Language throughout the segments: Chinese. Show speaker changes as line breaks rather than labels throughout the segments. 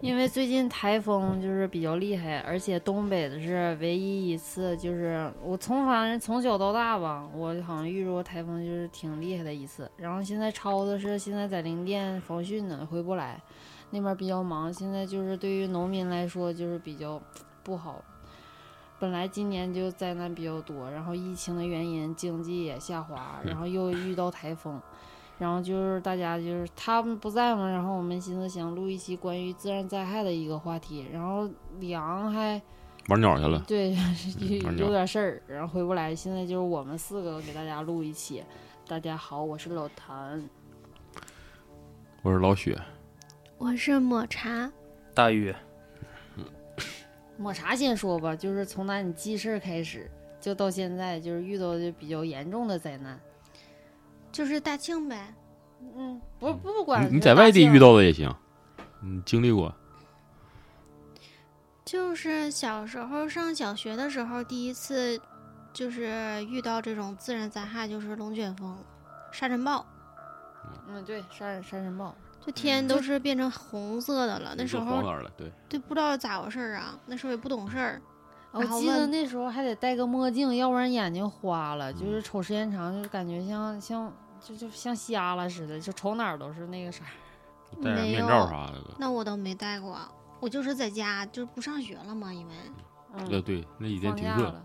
因为最近台风就是比较厉害，而且东北的是唯一一次，就是我从反正从小到大吧，我好像遇着过台风，就是挺厉害的一次。然后现在超子是现在在零店防汛呢，回不来，那边比较忙。现在就是对于农民来说就是比较不好。本来今年就灾难比较多，然后疫情的原因，经济也下滑，然后又遇到台风。然后就是大家就是他们不在嘛，然后我们寻思想录一期关于自然灾害的一个话题。然后梁还
玩鸟去了，
对
玩
有
鸟
有点事儿，然后回不来。现在就是我们四个给大家录一期。大家好，我是老谭。
我是老雪，
我是抹茶，
大宇，
抹茶先说吧，就是从打你记事儿开始，就到现在，就是遇到的比较严重的灾难。
就是大庆呗。
嗯，不不管
你你在外地遇，到的也行，你经历过，
啊就是小时候上小学的时候，第一次就是遇到这种自然灾害，就是龙卷风、沙尘暴，
嗯，对，沙尘沙尘暴，
就天
嗯
都是变成红色的了。那时
黄
候
点了，对，
就不知道咋回事儿啊，那时候也不懂事儿，
哦我
然后
记得
问
那时候还得戴个墨镜，要不然眼睛花了，
嗯
就是瞅时间长，就是感觉像像就就像瞎了似的，就瞅哪儿都是那个啥。
戴上
没
面
有嗯
罩啥的，
那我都没带过。我就是在家，就是不上学了嘛，因为。
呃，
嗯，
对，那几天
放
停
假
课，
了。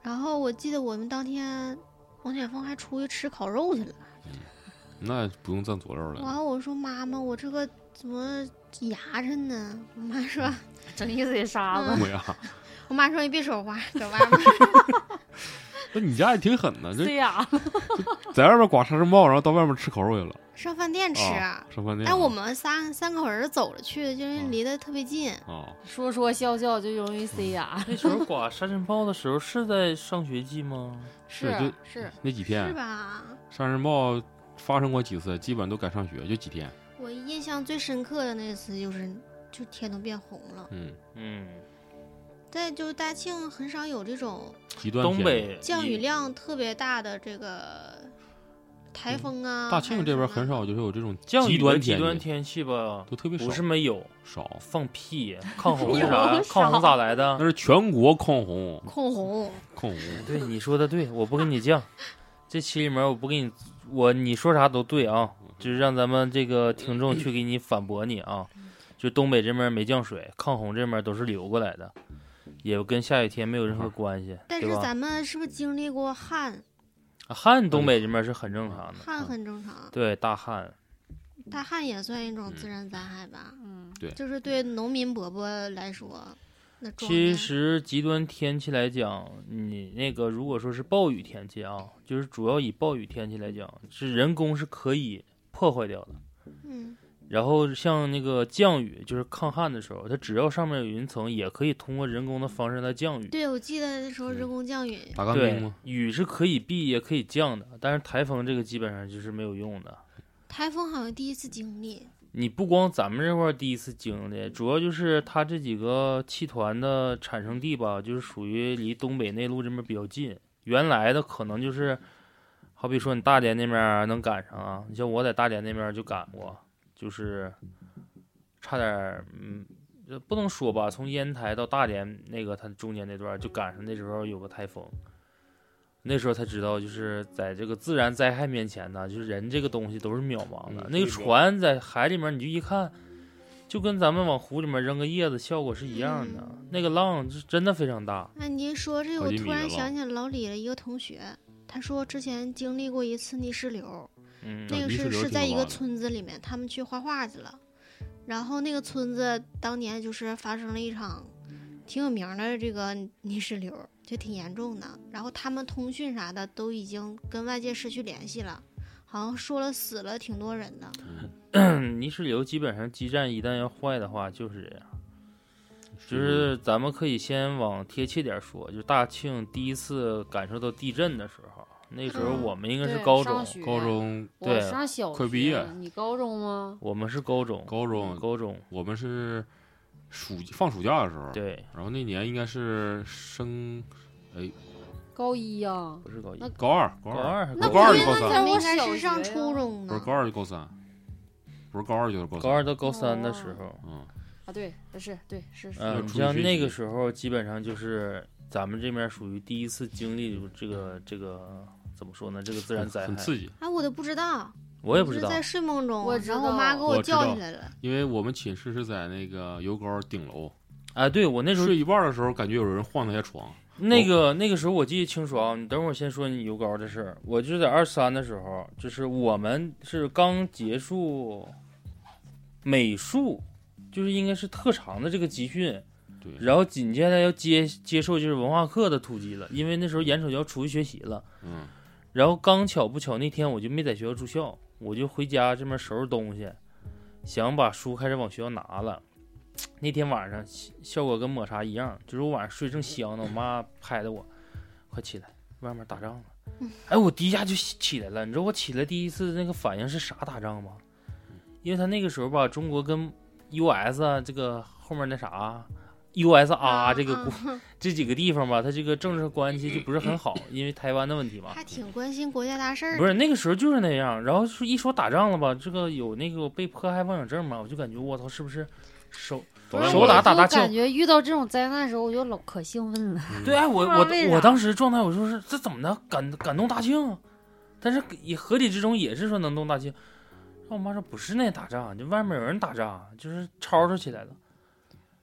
然后我记得我们当天，王雪峰还出去吃烤肉去了。
那不用站左右
然
了，
后我说妈妈，我这个怎么牙碜呢？我妈说，
整一嘴沙
嗯
子，
我 呀，
我妈说你别说话，搁外面。
那你家也挺狠的，就
对呀，
在外面刮沙尘暴，然后到外面吃烤肉去了，
上饭店吃。
啊上饭店啊。哦
哎，我们三三口人走着去的，就是离得特别近。
啊，
说说笑笑就容易塞牙，
那时候刮沙尘暴的时候是在上学季吗？
是嗯
是是，
那几
是
天
吧？
沙尘暴发生过几次，基本都赶上学，就几天，
我印象最深刻的那次就是，就天都变红了。
嗯，
嗯，
再就是大庆很少有这种
极端
东
天
北
降雨量特别大的这个台风啊。
嗯大庆这边很
还
少就是有这种
降雨
极
的
端
极
天
端
气，
天气吧，
都特别
不是
少
没有，
少，
放屁！ 抗洪是
有
啥？
啊
抗洪咋来
那
的？
是全国抗洪，
是控红。
抗洪，
对，你说的对，我不跟你犟。这期里面我不跟你，我你说啥都对啊，就是让咱们这个听众去给你反驳你啊。
嗯
就东北这边没降水，抗洪这边都是流过来的，也跟下雨天没有任何关系，
但
对
是
吧？
咱们是不是经历过旱？
旱东北这边是很正常的，
嗯
旱很正常，
对大旱。
大旱也算一种
嗯
自然灾害吧。
嗯，
对
就是对农民伯伯来说，那庄
其
稼
实极端天气来讲，你那个如果说是暴雨天气啊，就是主要以暴雨天气来讲，是人工是可以破坏掉的。
嗯，
然后像那个降雨，就是抗旱的时候，它只要上面有云层，也可以通过人工的方式来降雨。
对，我记得那时候
嗯
人工降雨，
打干
对
冰吗？
雨是可以避也可以降的，但是台风这个基本上就是没有用的。
台风好像第一次经历，
你不光咱们这块儿第一次经历，主要就是它这几个气团的产生地吧，就是属于离东北内陆这边比较近。原来的可能就是，好比说你大连那边儿能赶上啊，你像我在大连那边儿就赶过，就是差点儿，嗯，呃不能说吧，从烟台到大连那个它中间那段儿就赶上那时候有个台风。那时候才知道，就是在这个自然灾害面前呢，就是人这个东西都是渺茫的。
嗯
那个船在海里面，你就一看，就跟咱们往湖里面扔个叶子效果是一样的。
嗯
那个浪是真的非常大，
那您说这个，
好
我
几
突
米
然
了吧
想起老李的一个同学，他说之前经历过一次泥石流，
嗯，
那个
泥石
是
流
是
挺
在
可
一
怕
个
的
村子里面，他们去画画去了，然后那个村子当年就是发生了一场挺有名儿的这个泥石流，就挺严重的，然后他们通讯啥的都已经跟外界失去联系了，好像说了死了挺多人的，
嗯
泥石流基本上基站一旦要坏的话就是这样。
嗯
就是咱们可以先往贴切点说，就是大庆第一次感受到地震的时候，那时候
嗯
我们应该是
对
高
上
中，
学
高中
我
对
上小
快
学
毕业
了你高中吗？
我们是高中，嗯
高中啊
高中，
我们是暑放暑假的时候，
对，
然后那年应该是升
高一啊呀，
不是高一
那，
高二，高
高
二
二还是
那不
高
高二
我
就
觉
高
得
三
咱们
我
应该
小
是上
学呀
初
不
中呢
是。高二就高三，不是高二就是高
高
三，
二到高三的时候，
嗯，
啊，对，是，对，是，是
嗯，
要注意
像
学
那
习
个时候基本上就是咱们这边属于第一次经历这个这个怎么说呢？这个自然灾
很
害，
刺激。
啊，我都不知道，
我也不知
是
道。
在睡梦中，
我知
然后我妈
道
给我
我知
叫
道
起来了，
因为我们寝室是在那个油膏顶楼，
啊，对我那时候
睡一半的时候感觉有人晃他一下床，
那个那个时候我记得清楚啊，你等会儿先说你油膏的事儿。我就是在二三的时候，就是我们是刚结束美术，就是应该是特长的这个集训，
对，
然后紧接着要接接受就是文化课的突击了，因为那时候眼瞅就要出去学习了。
嗯，
然后刚巧不巧那天我就没在学校住校，我就回家这边收拾东西，想把书开始往学校拿了。那天晚上效果跟抹茶一样，就是我晚上睡正香呢，我妈拍的我，快起来，外面打仗了。哎，我第一下就起来了，你知道我起来第一次那个反应是啥打仗吗？因为他那个时候吧，中国跟 U.S. 啊这个后面那啥 U.S.R、
啊
这个
啊
国这几个地方吧，他这个政治关系就不是很好，因为台湾的问题嘛。
还挺关心国家大事儿
啊不
的。
是那个时候就是那样，然后说一说打仗了吧，这个有那个被迫害妄想症嘛，我就感觉我操，是不是手
不
然
是
手
我
打打
就
大
感
庆
觉遇到这种灾难的时候，我就老可兴奋了。
对，哎，我
不知道为
我
啥
我当时状态，我说是这怎么的，感感动大庆啊，但是也合理之中也是说能动大庆。然后我妈说不是那打仗，就外面有人打仗，就是吵吵起来了。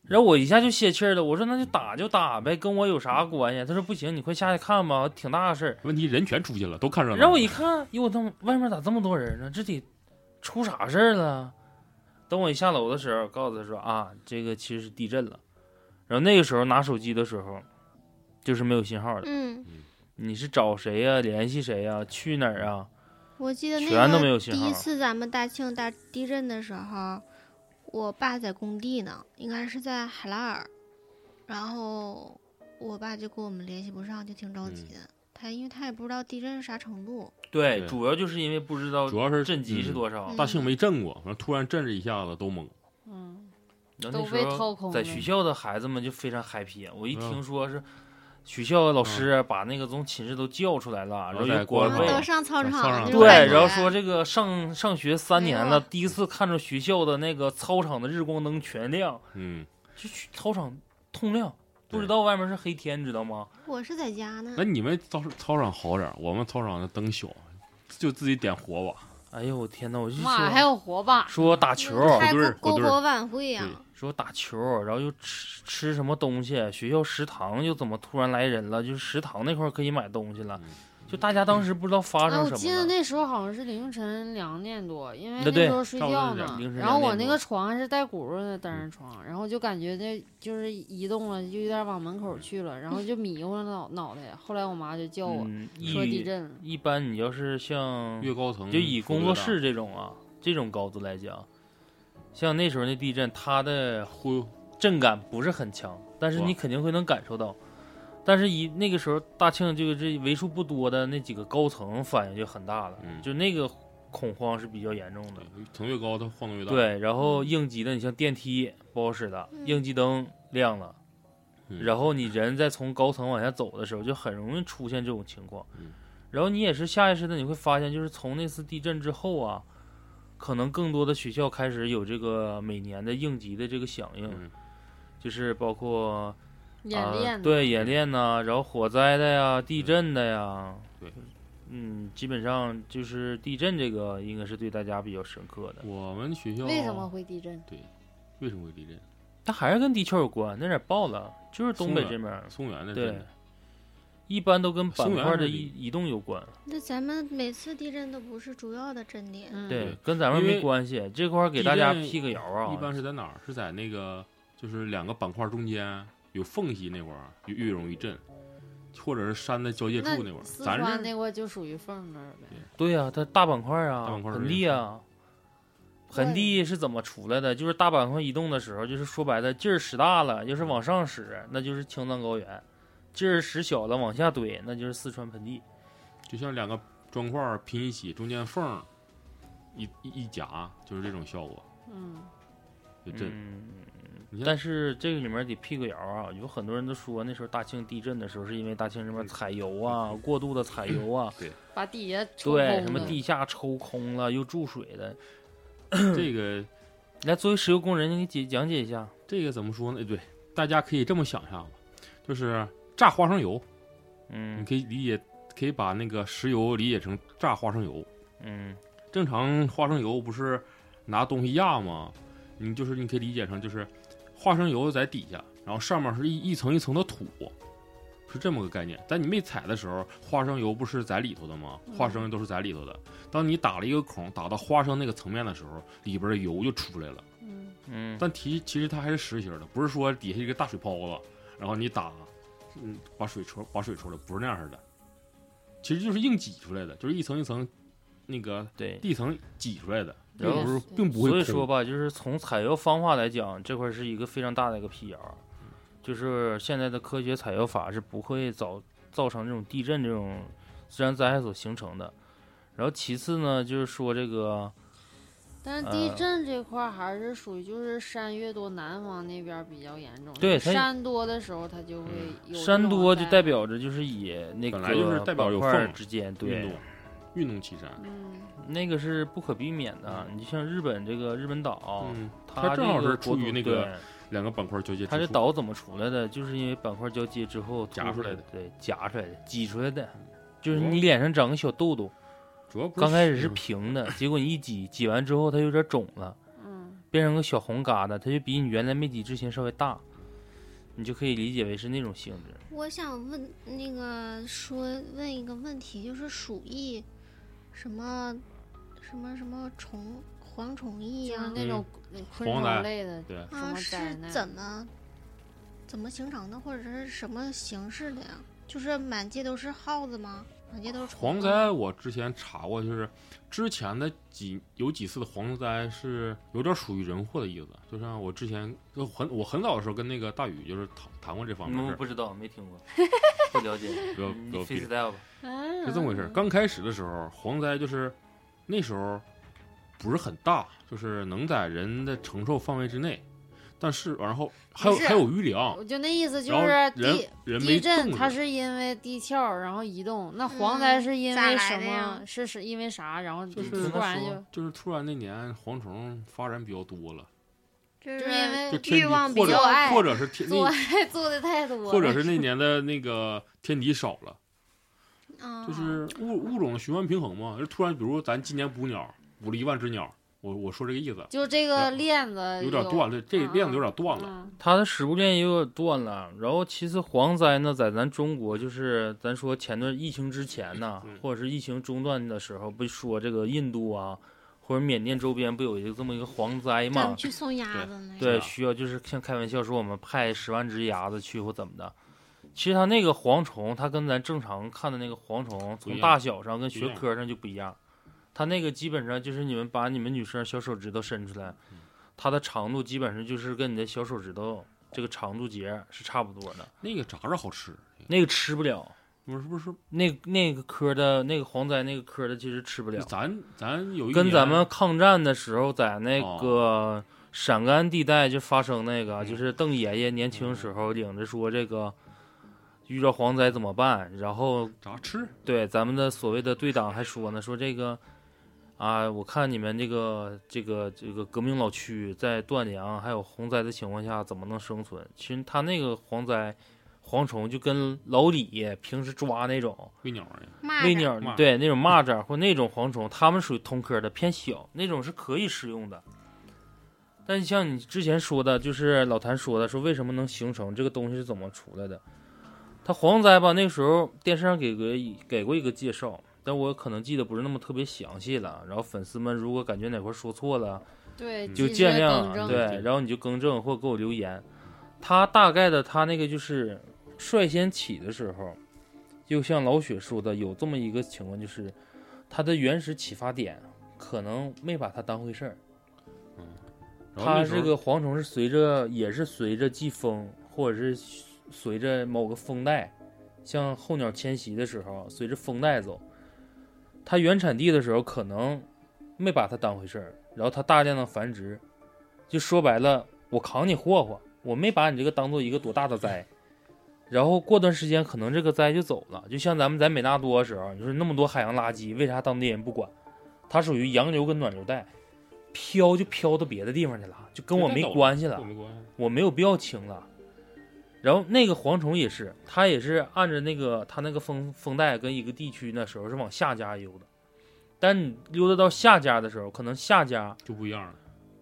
然后我一下就泄气儿了，我说那就打就打呗，跟我有啥关系？她说不行，你快下去看吧，挺大个事儿。
问题人全出去了，都看热闹。
然后我一看，哟，我他妈外面咋这么多人呢？这得出啥事儿了？等我一下楼的时候，告诉他说啊，这个其实是地震了。然后那个时候拿手机的时候，就是没有信号的，
嗯，
你是找谁呀、联系谁呀、去哪儿啊？
我记得那
全都没
个
有信
第一
号。
次咱们大庆大地震的时候，我爸在工地呢，应该是在海拉尔，然后我爸就跟我们联系不上，就挺着急
嗯
的。他因为他也不知道地震啥程度，
对，
对
主要就是因为不知道
主要是
震级是
嗯
多少。
嗯
大庆没震过，反正突然震这一下子都懵。
嗯，
然后
都
那
被
时候
掏空
在
了。
学校的孩子们就非常 happy。我一
嗯
听说是学校老师啊把那个从寝室都叫出来了，然后
在
就
国家
光
然后
队
啊
背。
都上操
上
场
操
了
场
那种
对，
感觉，
然后说这个上上学三年
哎
了，
嗯
呀
第一次看着学校的那个操场的日光灯全亮，
嗯，
就去操场通亮，
对
不知道外面是黑天，你知道吗？
我是在家呢
那，你们操操场好点儿，我们操场的灯小，就自己点火把。
哎呦我天哪，我就
妈，还
说
有嗯火把，
说打球，
开
对儿
篝
对儿
火晚会呀、
对
说打球，然后又吃吃什么东西，学校食堂又怎么突然来人了？就是食堂那块儿可以买东西了
嗯，
就大家当时不知道发
啊，
生
我
什
记
么
得
了。
那时候好像是凌晨两点多，因为
那
那
对
时候睡
差不多
觉
是
呢
两凌。晨
然后
两
我
点
那
多嗯
个床是带轱辘的单人床，然后就感觉那就是移动了，就有点往门口去了，然后就迷糊了脑脑袋。后来我妈就叫我、
嗯，
说地
一
震了，
一般你要是像
越高层
嗯就以工作室
越大
这种啊，这种高度来讲，像那时候那地震，它的
忽
震感不是很强，但是
哇
你肯定会能感受到。但是以那个时候大庆这个这为数不多的那几个高层反应就很大了，
嗯
就那个恐慌是比较严重的。
层越高它晃动越大。，
对，然后应急的，你像电梯不好使的，
嗯
应急灯亮了，
嗯
然后你人再从高层往下走的时候，就很容易出现这种情况
嗯。
然后你也是下意识的，你会发现，就是从那次地震之后啊，可能更多的学校开始有这个每年的应急的这个响应，
嗯
就是包括
演
啊
练的。
对演练呐、然后火灾的呀、地震的呀，
对，
嗯，基本上就是地震这个应该是对大家比较深刻的。
我们学
哦
校
为什么会地震？
为什么会地震？
它还是跟地壳有关，那点爆了，就是东北
松
这
了
面儿，
松原的
对
震，
一般都跟板
松原
块
那
的
里
移移动有关，
那咱们每次地震都不是主要的震点，
嗯，
对
对，
跟咱们
因
没
为
关系。这块儿给
地
大家
震
辟个谣啊，
一般是在哪儿？是在那个就是两个板块中间有缝隙那块儿越越容易震，或者是山的交界处
那
那块儿。
四
咱
川
是
那块儿就属于缝那儿呗。
对呀、它大板块啊，
大板块儿
盆
容易
地啊，盆地是怎么出来的？就是大板块移动的时候，就是说白了劲儿使大了，要是往上使，那就是青藏高原；劲儿使小了往下怼，那就是四川盆地。
就像两个砖块儿拼一起，中间缝儿一一一夹，就是这种效果，
嗯，
就震。
嗯
你，看
但是这个里面得辟个谣啊，有很多人都说那时候大庆地震的时候，是因为大庆什么采油啊，过度 的采油啊，
把底下抽
对，
空
什么
了
嗯地下抽空了又注水的，
这个
来，作为石油工人，你给解讲解一下。
这个怎么说呢？哎对，大家可以这么想象吧，就是榨花生油，你
嗯
可以理解，可以把那个石油理解成榨花生油。
嗯
正常花生油不是拿东西压吗？你就是你可以理解成就是花生油在底下，然后上面是一一层一层的土，是这么个概念。但你没踩的时候，花生油不是在里头的吗？花生都是在里头的。当你打了一个孔，打到花生那个层面的时候，里边的油就出来了。
嗯，
嗯
但其其实它还是实心儿的，不是说底下一个大水泡子，然后你打，嗯，把水抽把水抽了，不是那样式的，其实就是硬挤出来的，就是一层一层那个
对。
地层挤出来的，
然后
并不是并不会
所以
空
说吧，就是从采药方法来讲，这块是一个非常大的一个辟谣，
嗯
就是现在的科学采药法是不会造造成这种地震这种自然灾害所形成的。然后其次呢，就是说这个
但是地
嗯
呃
震这块儿还是属于就是山越多，南方那边儿比较严重。
对它
山多的时候它就会
嗯
有这种灾害。
山多就代表着就是以那个
本来就是代表有
板块
缝
之间
运
对
动，运动起山。
嗯，
那个是不可避免的。啊你就像日本这个日本岛，
嗯，
哦它
它正好
这个
是
国
处于
土
那个
对
两个板块交接之处，
它这岛怎么出来的？就是因为板块交接之后
夹出来的，
对，夹出来的，挤出来的。就是你脸上长个小痘痘，
主要不是
刚开始是平的，结果你一挤，挤完之后它有点肿了，
嗯，
变成个小红疙瘩，它就比你原来没挤之前稍微大，你就可以理解为是那种性质。
我想问那个说问一个问题，就是鼠疫，什么什么什么虫蝗虫疫
就
呀、
是
嗯
啊，
那种昆
蝗
虫
灾
类的，
对
什么灾
是
难
怎么怎么形成的，或者是什么形式的呀？就是满街都是耗子吗？满街都是虫
蝗
子吗？
灾，我之前查过，就是之前的几有几次的蝗灾是有点属于人祸的意思。就像我之前就很我很早的时候跟那个大宇就是谈谈过这方
你
面
们
的事
嗯不知道，没听过，不了解，
儿，不要
你
不要逼
freestyle 吧。
嗯
是这么回事儿。刚开始的时候，蝗灾就是那时候不是很大，就是能在人的承受范围之内，但是然后还有
不是
还有余粮，
我就那意思就
然后
是
人
地
人没
地震
动
它
着
是因为地壳然后移动，那蝗灾
嗯
是因
咋
为
来
什么
的呀？
是是因为啥？然后
就
突
是
跟他
然
说
就
就是突然那年蝗虫发展比较多了，
就
就是因为
就天
欲
敌
望比
或者
较
爱
或者是天
做
那
爱做 的太多了，
或者是那年的那个天敌少了，
啊，
就是
嗯
物物种循环平衡嘛。就突然，比如咱今年捕鸟，捕了一万只鸟，我我说这个意思，
就这个链子
有点断了，这
嗯
链子有点断了。
嗯
它的食物链也有点断了。然后其次蝗灾呢，在咱中国就是咱说前段疫情之前呐，
嗯
或者是疫情中断的时候，不说这个印度啊或者缅甸周边不有一个这么一个蝗灾
咱们
嘛？
去送鸭子那
对，
是啊
需要就是像开玩笑说我们派十万只鸭子去或怎么的。其实它那个蝗虫，它跟咱正常看的那个蝗虫，
不一
从
样
大小上跟
不一
学
样
科上就不一样。它那个基本上就是你们把你们女生小手指头伸出来，
嗯
它的长度基本上就是跟你的小手指头这个长度节是差不多的。
那个炸着好吃，
那个吃不了，
我是不是？
那那个科的那个蝗灾那个科的其实吃不了。
咱咱有一
跟
年
咱们抗战的时候，在那
啊哦
个陕甘地带就发生那个，
嗯
就是邓爷爷年轻时候领着说这个遇到蝗灾怎么办，然后
炸吃，
对咱们的所谓的队长还说呢，说这个啊，我看你们这个这个这个革命老区在断粮还有洪灾的情况下怎么能生存？其实他那个蝗灾蝗虫就跟老李平时抓那种。
喂鸟儿呀，
蚂
喂
蚱
鸟
蚂，蚱
对那种蚂蚱或那种蝗虫，它们属于同科的，偏小，那种是可以食用的。但像你之前说的，就是老谭说的，说为什么能形成这个东西是怎么出来的？它蝗灾吧，那时候电视上给过一给过一个介绍，但我可能记得不是那么特别详细了。然后粉丝们如果感觉哪块说错了，
对，
嗯
及
就
时
见谅
更正
对，然后你就更正或给我留言。他大概的，他那个就是率先起的时候，就像老雪说的，有这么一个情况，就是他的原始启发点可能没把它当回事儿。
然后
它
那时
这
候
个蝗虫是随着也是随着季风，或者是随着某个风带，像候鸟迁徙的时候，随着风带走。它原产地的时候可能没把它当回事儿，然后它大量的繁殖，就说白了，我扛你霍霍，我没把你这个当做一个多大的灾。然后过段时间可能这个灾就走了，就像咱们在美纳多的时候，你说那么多海洋垃圾，为啥当地人不管？它属于洋流跟暖流带，飘就飘到别的地方去了，就跟我没关系了嗯
跟我，没关系。
我没有必要清了。然后那个蝗虫也是，它也是按着那个它那个风风带跟一个地区那时候是往下家悠的，但你溜达到下家的时候，可能下家
就不一样了。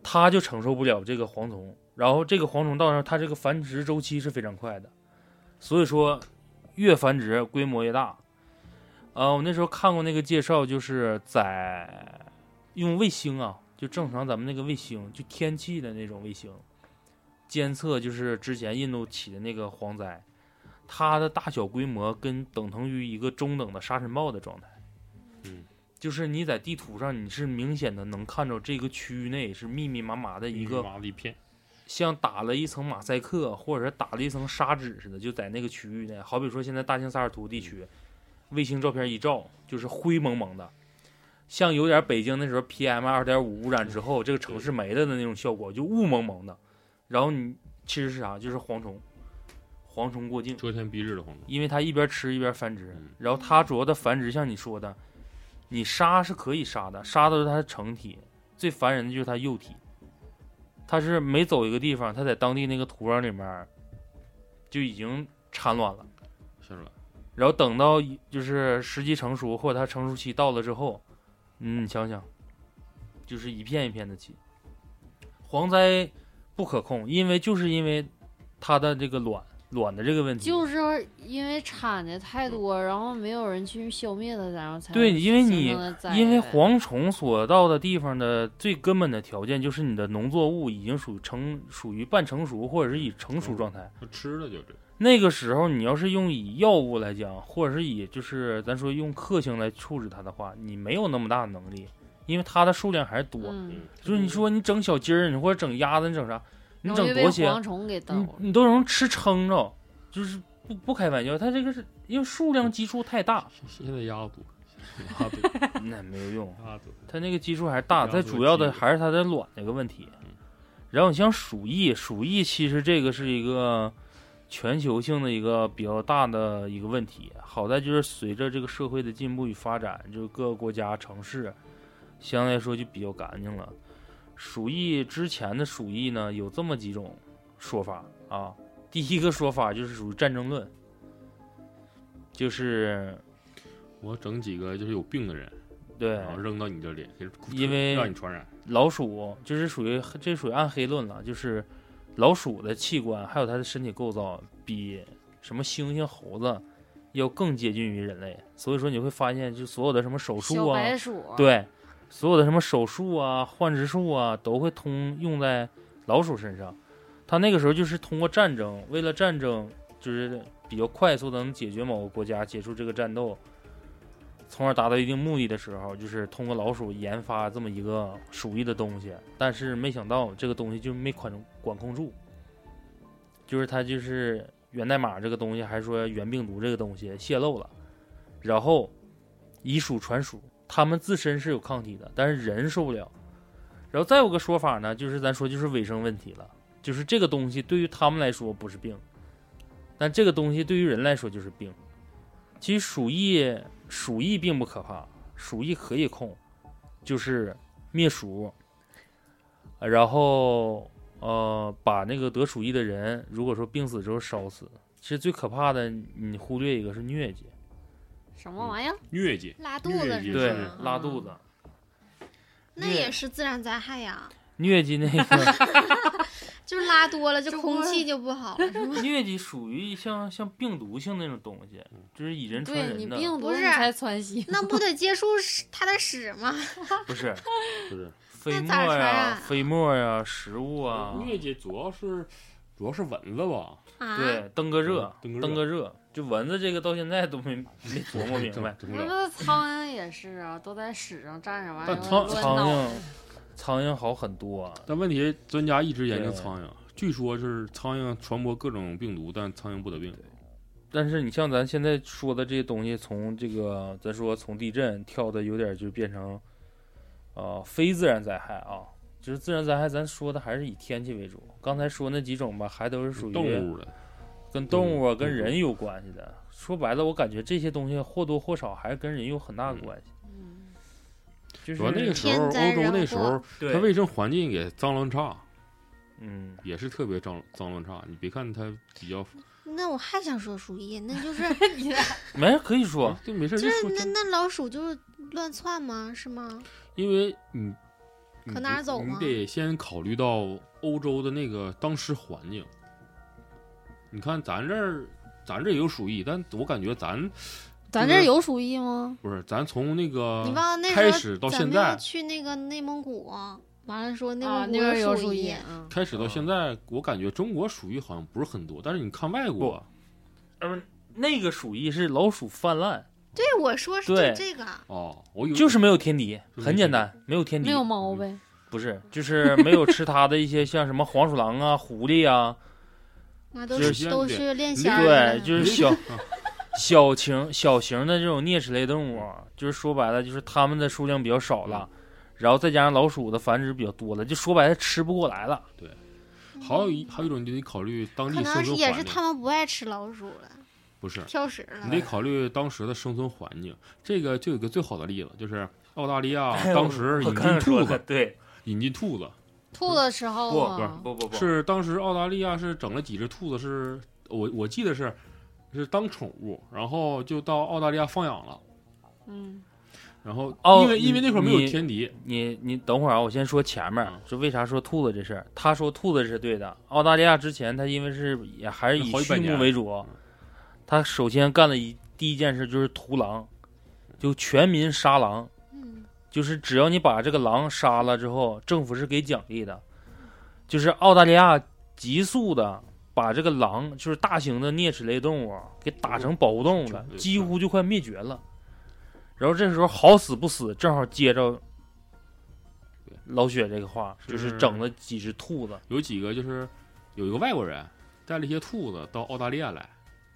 它就承受不了这个蝗虫，然后这个蝗虫到那儿，它这个繁殖周期是非常快的，所以说越繁殖规模越大。呃，我那时候看过那个介绍，就是在用卫星啊，就正常咱们那个卫星，就天气的那种卫星监测，就是之前印度起的那个蝗灾，它的大小规模跟等同于一个中等的沙尘暴的状态。
嗯，
就是你在地图上你是明显的能看着这个区域内是密密麻麻的一个
麻的一片，
像打了一层马赛克，或者是打了一层砂纸似的，就在那个区域内。好比说现在大兴萨尔图地区，卫星照片一照，就是灰蒙蒙的，像有点北京那时候 PM 二点五污染之后，这个城市没了的那种效果，就雾蒙蒙的。然后你其实是啥？就是蝗虫，蝗虫过境。
遮天蔽日的蝗虫。
因为它一边吃一边繁殖
嗯，
然后它主要的繁殖像你说的，你杀是可以杀的，杀的是它的成体，最烦人的就是它幼体，它是每走一个地方，它在当地那个土壤里面就已经产卵了，
是了，
然后等到就是时机成熟或者它成熟期到了之后，嗯，你想想，就是一片一片的起，蝗灾不可控，因为就是因为它的这个卵卵的这个问题，
就是因为产的太多，然后没有人去消灭它，然后才
嗯对因为你
形成了灾
因为
害
蝗虫所到的地方的最根本的条件就是你的农作物已经属于成属于半成熟或者是以成熟状态。
就吃了就这。
那个时候，你要是用以药物来讲，或者是以就是咱说用克星来处置它的话，你没有那么大的能力，因为它的数量还是多。
嗯，
就是你说你整小鸡儿，你或者整鸭子，你整啥，你
容
整
易被
多些，
蝗虫给叨
你
了。
你都能吃撑着，就是不不开玩笑，它这个是因为数量基数 太大，
现在鸭子多，鸭子多，
那没有用。
鸭子多。
它那个基数还是大，
然后
它
就
主要的
基数
还是它的卵这个问题
嗯。
然后你像鼠疫，鼠疫其实这个是一个全球性的一个比较大的一个问题。好在就是随着这个社会的进步与发展，就是各个国家城市相对来说就比较干净了。鼠疫之前的鼠疫呢，有这么几种说法啊。第一个说法就是属于战争论，就是
我整几个就是有病的人，
对
然后扔到你这里，给
因为
让你传染。
老鼠就是属于这属于暗黑论了，就是老鼠的器官还有它的身体构造比什么猩猩、猴子要更接近于人类，所以说你会发现，就所有的什么手术
小
啊，
白鼠，，
对，所有的什么手术啊、换植术啊，都会通用在老鼠身上。它那个时候就是通过战争，为了战争，就是比较快速的能解决某个国家，结束这个战斗，从而达到一定目的的时候，就是通过老鼠研发这么一个鼠疫的东西。但是没想到这个东西就没管管控住，就是它就是源代码这个东西，还说源病毒这个东西泄露了，然后以鼠传鼠，他们自身是有抗体的，但是人受不了。然后再有个说法呢，就是咱说就是卫生问题了，就是这个东西对于他们来说不是病，但这个东西对于人来说就是病。其实鼠疫，鼠疫并不可怕，鼠疫可以控，就是灭鼠，呃然后呃把那个得鼠疫的人，如果说病死之后烧死。其实最可怕的，你忽略一个是疟疾，
什么玩意
嗯
儿？
疟疾，
拉肚子
也
是
对
是
吗，
拉肚子，
那也是自然灾害呀，
疟疾那个。
就是拉多了，就
中
空
国
气就不好了，是 吗？
疟疾属于像像病毒性那种东西，
嗯
就是以人传
对你
人的，啊
病毒
不
你
是
才窜稀，
那不得接触屎它的屎吗？
不是
就是
飞沫
咋传
呀、
染
飞沫呀、食物啊，
疟疾主要是主要是蚊子吧？
啊，
对，登革热，
登革热。
登革热，就蚊子这个到现在都没没琢磨明 白
整不
那
了。
不苍蝇也是啊，都在屎上站着，完
但
了
苍
乱啊
苍
挠
蝇，苍蝇好很多、啊，
但问题，专家一直研究
对
苍蝇，据说是苍蝇传播各种病毒，但苍蝇不得病。
但是你像咱现在说的这些东西，从这个咱说从地震跳的有点就变成，呃，非自然灾害啊，就是自然灾害，咱说的还是以天气为主。刚才说那几种吧，还都是属于
动物的，
跟动物啊、
动物
跟人有关系的。说白了，我感觉这些东西或多或少还是跟人有很大的关系。
嗯
就
主要
是
那个时候
天灾
欧洲
人
那时候
祸
对
它卫生环境也脏乱差，
嗯，
也是特别脏脏乱差。你别看它比较，
那我还想说鼠疫，那就是
没事可以说，
对，没事
就
啊就是说
那
就，
那老鼠就是乱窜吗？是吗？
因为你你
可哪儿走啊
你
吗
得先考虑到欧洲的那个当时环境。你看咱这儿，咱这儿也有鼠疫，但我感觉咱
咱这儿有鼠疫吗？
不是咱从那
你
个
忘了那
呃开
时
始到
候咱
现
们
在
要，去那个内蒙古，完了说内
啊，
蒙
那边
古
有
鼠
疫
疫，，
嗯
开始到现在，我感觉中国鼠疫好像不是很多，但是你看外国，
嗯，那个鼠疫是老鼠泛滥，
对，我说是
对
就这个，
哦，我有
就是没有天敌，
就是
很简单，没有天敌
没，有猫呗，
不是，就是没有吃它的一些像什么黄鼠狼啊、狐狸啊，
那都
就是
都
先
是练
你
仙儿
对，
的，
就是 小小型小型的这种啮齿类动物啊，就是说白了，就是它们的数量比较少了，然后再加上老鼠的繁殖比较多了，就说白了吃不过来了。
还有一还有一种，你得考虑当
可
地
能
生
是
存
也是
环境
他，们不爱吃老鼠了，
不是，
挑食了
你。得考虑当时的生存环境。这个就有个最好的例子，就是澳大利亚当时
哎我
引
刚
进
才说
兔
的
子，
对，
引进兔子
兔子吃
不
耗吗？
不不不，
是当时澳大利亚是整了几只兔子是，我我记得是是当宠物，然后就到澳大利亚放养了。
嗯，
然后
哦
因为因为那会儿没有
你
天敌，
你你等会儿啊，我先说前面
嗯，
就为啥说兔子这事儿？他说兔子是对的。澳大利亚之前他因为是也还是以
好几百
畜
年
牧为主
嗯，
他首先干的一第一件事就是屠狼，就全民杀狼，
嗯，
就是只要你把这个狼杀了之后，政府是给奖励的。就是澳大利亚急速的把这个狼，就是大型的啮齿类动物啊给打成保护动物了，
是
几乎就快灭绝了。然后这时候好死不死，正好接着老雪这个话，
是
就是整了几只兔子。
有几个就是有一个外国人带了一些兔子到澳大利亚来。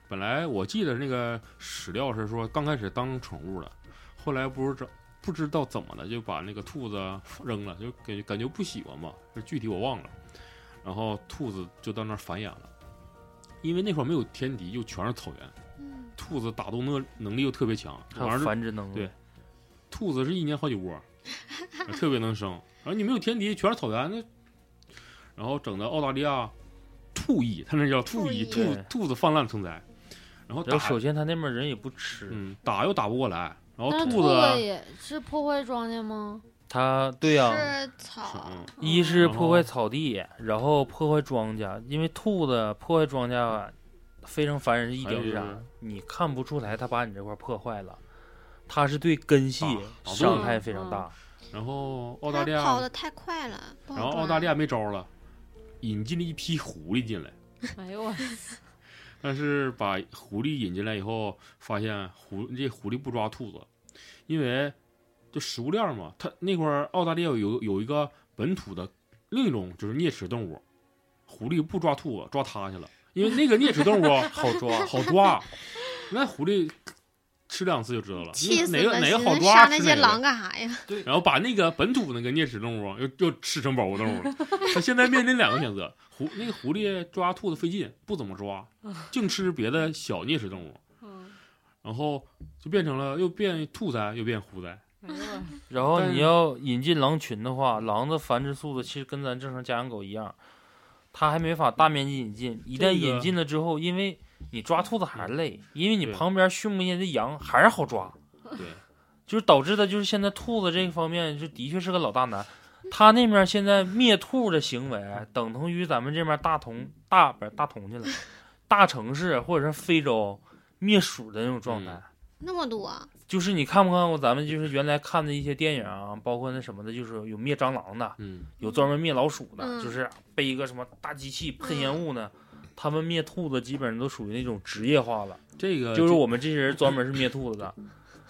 本来我记得那个史料是说刚开始当宠物的，后来不是这不知道怎么的就把那个兔子扔了，就感觉感觉不喜欢嘛，就具体我忘了。然后兔子就到那儿繁衍了，因为那会儿没有天敌，又全是草原，
嗯
兔子打斗能能力又特别强，
还
完
有
事儿
繁殖能力，
对兔子是一年好几窝，特别能生。然后你没有天敌，全是草原，那然后整的澳大利亚兔疫，它那叫兔疫，
兔
疫
兔兔子泛滥成灾。然后
然
打
后，首先他那边人也不吃，
嗯，打又打不过来，然后
但是
兔
啊
子
子
也是破坏庄稼吗？
他对呀、
是
是
草，
嗯
一是
然后
破坏草地，然后破坏庄稼，因为兔子破坏庄稼非常烦人，一点
还有
是啥
就是？
你看不出来它把你这块破坏了，它是对根系
打打不动
伤害非常大。
然后澳
它
大利亚，
跑的太快了，不好
然后澳
抓
大利亚没招了，引进了一批狐狸进来，
哎呦我，
但是把狐狸引进来以后，发现狐这狐狸不抓兔子，因为就食物链儿嘛，它那块儿澳大利亚有有一个本土的另一种就是啮齿动物，狐狸不抓兔子，抓它去了，因为那个啮齿动物啊 好抓，好抓，那狐狸吃两次就知道了，
气死
哪个
了！
哪
寻
个
思
好
杀
抓
那
吃
些
哪
狼
个，
干啥呀？
然后把那个本土那个啮齿动物又又吃成保护动物了，它现在面临两个选择：狐那个狐狸抓兔子费劲，不怎么 抓，净吃别的小啮齿动物，
嗯，
然后就变成了又变兔灾又变狐灾。
哎呦 我，
然后
但
你
是
要引进狼群的话，狼的繁殖速度其实跟咱正常家养狗一样，它还没法大面积引进。一旦
这个
引进了之后，因为你抓兔子还是累，因为你
对
旁边畜牧业的羊还是好抓。
对，
就是导致的，就是现在兔子这个方面，就的确是个老大难。他那面现在灭兔的行为，等同于咱们这边大同大不是大同去了，大城市或者是非洲灭鼠的那种状态。
嗯
那么多，
就是你看没看过咱们就是原来看的一些电影啊，包括那什么的，就是有灭蟑螂的，
嗯，
有专门灭老鼠的，
嗯
就是背一个什么大机器喷烟雾呢。他们灭兔子基本上都属于那种职业化了。
呃这个
就是我们这些人专门是灭兔子的，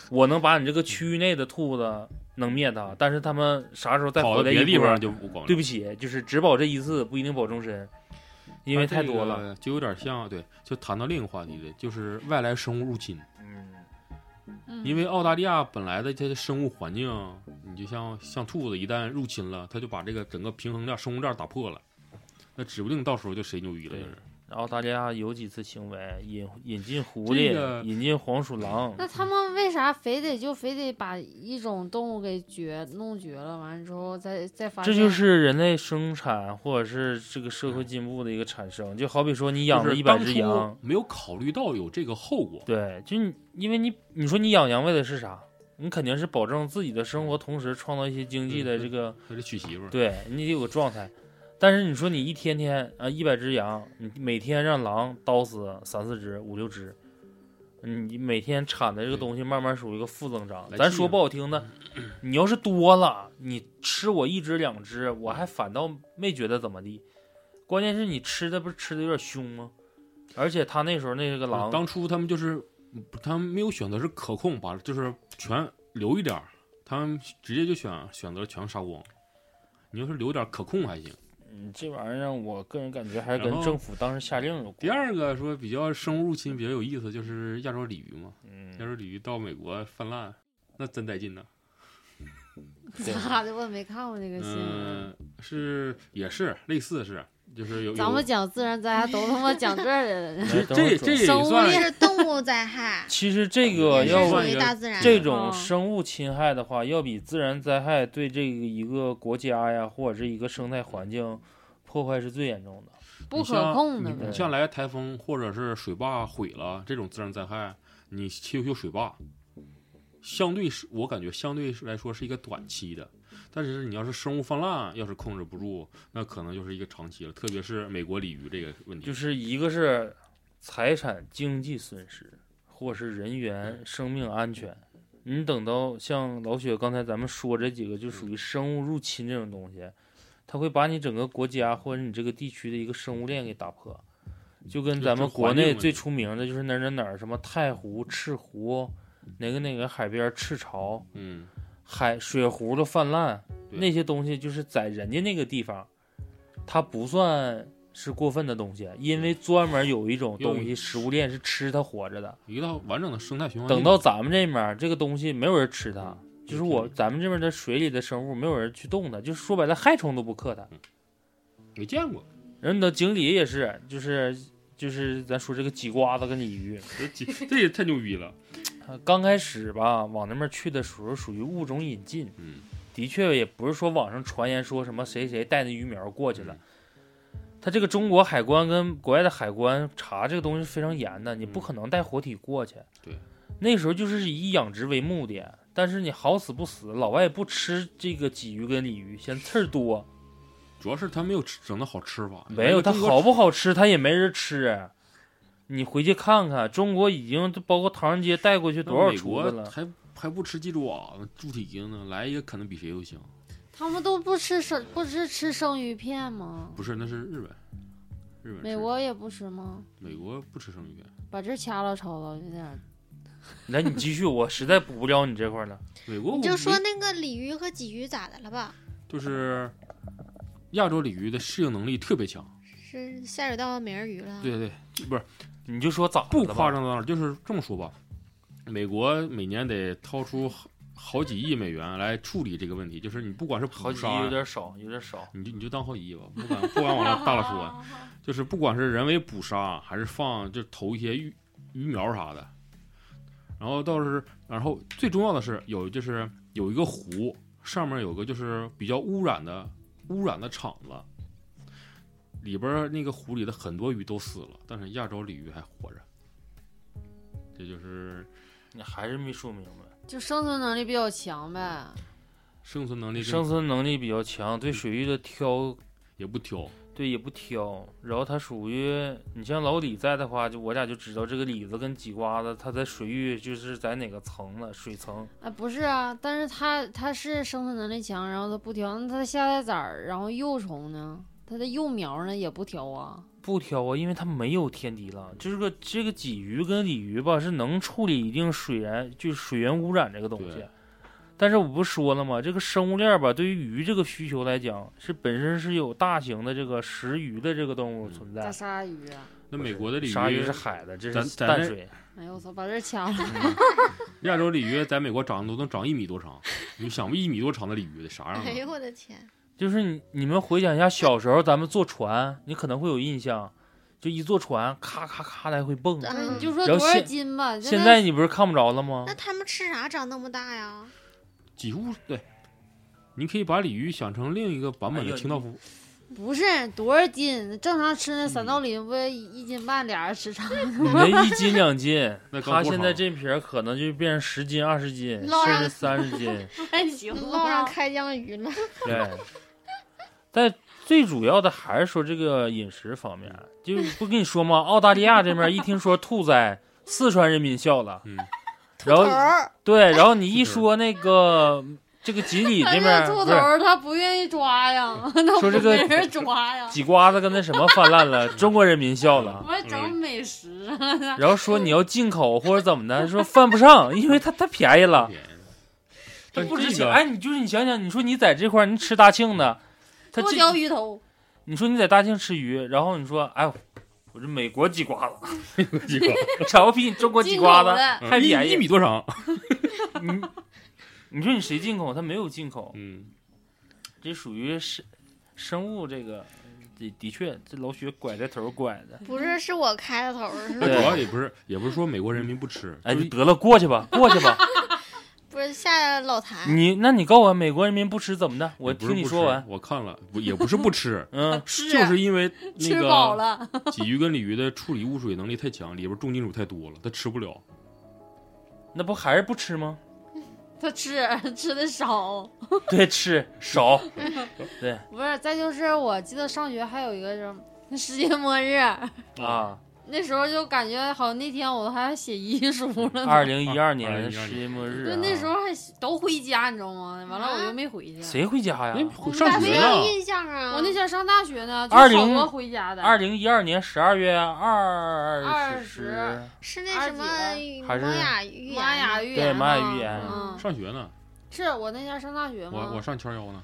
我能把你这个区域内的兔子能灭它，但是他们啥时候再
跑
回
到
来
别的
一
地
波
方，就不管了
对不起，就是只保这一次，不一定保终身，因为
它
太
啊这个
多了。
就有点像对，就谈到另一个话题了，就是外来生物入侵。
嗯，
嗯
因为澳大利亚本来的它的生物环境，你就像像兔子一旦入侵了，它就把这个整个平衡链、生物链打破了，那指不定到时候就谁牛逼了，就是。
澳大利亚有几次行为引引进狐
这
狸、
个
引进黄鼠狼，
那他们为啥非得就非得把一种动物给绝弄绝了？完了之后再再发现，
这就是人类生产或者是这个社会进步的一个产生。就好比说你养
就
了
是
一百
当
只
初
羊，
没有考虑到有这个后果。
对，就你因为你你说你养羊为的是啥？你肯定是保证自己的生活，同时创造一些经济的
嗯
这个。
他得娶媳妇儿，
对你得有个状态。但是你说你一天天啊，一百只羊，你每天让狼叨死三四只、五六只，嗯你每天产的这个
对
东西慢慢属于一个负增长。
来嗯
咱
记
说
着
不好听的，你要是多了，你吃我一只两只，我还反倒没觉得怎么地。关键是你吃的不是吃的有点凶吗？而且他那时候那个狼，
当初他们就是他们没有选择是可控，把就是全留一点儿，他们直接就选选择全杀光。你要是留点儿可控还行。
嗯这玩意儿让我个人感觉还是
然
跟
后
政府当时下令有关。
第，二个说比较生物入侵比较有意思，就是亚洲鲤鱼嘛，
嗯
亚，洲鲤鱼到美国泛滥，那真带劲呐。
对
咋的？我也没看过这个新闻。
嗯、是也是类似是，就是有
咱们讲自然灾害都他妈讲这儿来 了。
有
等会
这
儿说，
这也
生物
算
链
这是动物灾害
其实这个
也
要
是
不
属
然
于
就
大自然。
这
嗯
种
嗯
生物侵害的话，要比自然灾害对这个一个国家呀，或者是一个生态环境破坏是最严重的。
不
你
可
像
控的
你
呗
你。像来台风或者是水坝毁了这种自然灾害，你修修水坝，相对是我感觉相对是来说是一个短期的。但是你要是生物泛滥，要是控制不住，那可能就是一个长期了。特别是美国鲤鱼这个问题，
就是一个是财产经济损失，或是人员
嗯
生命安全。你等到像老雪刚才咱们说这几个，就
嗯
属于生物入侵这种东西，它会把你整个国家或者你这个地区的一个生物链给打破。就跟
就
咱
就
们
嗯
国
环境
内
问
最
题
出名的就是哪儿哪儿哪儿什么太湖、赤湖，哪个哪个海边儿赤潮，
嗯，
海水湖的泛滥，
对
那些东西就是在人家那个地方，它不算是过分的东西，因为专门有一种东西，
有
食物链是吃它活着的。
一个完整的生态循环。
等到咱们这面儿，这个东西没有人吃它，就是
有
我
道理
咱们这边的水里的生物没有人去动它，就是说白了，害虫都不克它。
没见过，
然后你的锦鲤也是，就是就是咱说这个鲫瓜子跟鲤鱼，
这这这也太牛逼了。
它刚开始吧，往那边去的时候属于物种引进。
嗯，
的确也不是说网上传言说什么谁谁带那鱼苗过去了
嗯。
他这个中国海关跟国外的海关查这个东西是非常严的，你不
嗯
可能带活体过去。
对，
那时候就是以养殖为目的，但是你好死不死，老外不吃这个鲫鱼跟鲤鱼，嫌刺儿多，
主要是它没有吃整的好吃法，
没有它
中国
好不好吃，它也没人吃。你回去看看，中国已经包括唐人街带过去
那
多少
美
厨
国
子了？
还还不吃鸡爪子、猪蹄筋呢？来一个可能比谁都香。
他们都不吃生，不是吃生鱼片吗？
不是，那是日本，日本
美
吃
国也不吃吗？
美国不吃生鱼片，
把这掐了抄了，有点儿。
来，你继续，我实在补不了你这块儿了。
美国
你
我
就
没
说那个鲤鱼和鲫鱼咋的了吧？
就是亚洲鲤鱼的适应能力特别强，
是下水道美人鱼了？
对对，不是
你就说咋
不
的吧
夸张到哪儿，就是这么说吧，美国每年得掏出好好几亿美元来处理这个问题，就是你不管是
好
捕
几亿有
杀，
点少，有点少。
你就你就当好几亿吧，不敢不敢往那大了啊说。就是不管是人为捕杀，还是放就投一些鱼鱼苗啥的，然后倒是然后最重要的是有就是有一个湖上面有个就是比较污染的污染的厂子，里边儿那个湖里的很多鱼都死了，但是亚洲鲤鱼还活着，这就是
你还是没说明白。
就生存能力比较强呗。
生存能力跟
生存能力比较强，对水域的挑，
也不挑，
对也不挑。然后它属于你像老李在的话，就我俩就知道这个李子跟鲫瓜子，它在水域就是在哪个层了，水层。
啊，不是啊，但是它它是生存能力强，然后它不挑，那它下蛋崽儿，然后幼虫呢，它的幼苗呢也不挑啊。
不挑啊，因为它没有天敌了。就是个这个鲫鱼跟鲤鱼吧，是能处理一定水源，就是水源污染这个东西
对。
但是我不说了吗？这个生物链吧，对于鱼这个需求来讲，是本身是有大型的这个食鱼的这个动物
嗯
存
大
在。
鲨鱼啊，
那美国的鲤
鲨鱼
鱼
是海的，这
咱
是
咱
淡
这
水。
哎呦我操，把这掐 了。
亚洲鲤鱼在美国长得都能长一米多长，你想吧，一米多长的鲤鱼得啥样
哎
啊？
呦我的天！
就是你你们回想一下小时候咱们坐船，你可能会有印象。就一坐船，咔咔咔来回蹦。
哎
嗯
你就说
然后
多少
现
斤吧，就
现
那
在你不是看不着了吗
那？他们吃啥长那么大呀？
几乎对。你可以把鲤鱼想成另一个版本
哎
的
呦
清道夫，，
不是多少斤，正常吃那三道
嗯
鳞不一斤半俩人吃长，
你那一斤两斤
那
他
刚多
现
少
在这瓶儿可能就变成十斤、二十斤，
捞
甚
上
至三十斤。
还 行啊
捞上开江鱼了，
对，但最主要的还是说这个饮食方面，就不跟你说吗？澳大利亚这边一听说兔灾，四川人民笑了，
嗯，
然
头
后
儿
对，然后你一
是
说那个这个锦 里
他
这
这
边
个
儿
哎兔
不
头
是
儿他不愿意抓呀， 他
说这
不
个
没人抓呀，
几瓜子跟那什么泛滥了， 中国人民笑了。
我整美食，啊
然后说你要进口或者怎么的，说犯不上，因为它太便宜了，
便宜
它
但
不值
这
钱。
个
哎，你就是你想想，你说你在这块儿你吃大庆的，它
剁
这
椒鱼头，
你说你在大庆吃鱼，然后你说哎呦，我这美国 鸡瓜子，
几 个
然后比你中国鸡
进口
瓜子
的，
太
一
便宜
一米多长？
你你说你谁进口？它没有进口，
嗯，
这属于生生物这个。的的确，这老雪拐这头儿拐的，
不是是我开的头儿是
那
对
主
吧？
要也不是，也不是说美国人民不吃，
哎，
就是
得了，过去吧，过去吧。
不是下老谭，
你，那你告诉我，美国人民不吃怎么的？我
也不是
听你
不
说
吃
完。，
我看了，不也不是不吃
嗯，
吃
就是因 为那
吃饱
个
了，
鲫鱼跟鲤鱼的处理污水能力太强，里边重金属太多了，它吃不了。
那不还是不吃吗？
他吃 吃的少。
对，吃 少。
不是，再就是我记得上学还有一个什么世界末日，
啊，
那时候就感觉好像那天我还写遗书 了呢。
嗯啊二零一二
2012
年世界末日、
就
啊，
那时候还都回家，你知道吗？完了我又没回去。
谁回家呀
哎？
我们
上
大
学
没
学
呢
有，印象啊。
我那天上大学呢，就
20
好多回家的。
二零一二年十二月二
20
十，
是那什么
二
还是
玛雅预言
玛雅
吗
预言
对
嘛，
玛雅预言
嗯，
上学呢，
是我那天上大学嘛，
我我上圈腰呢，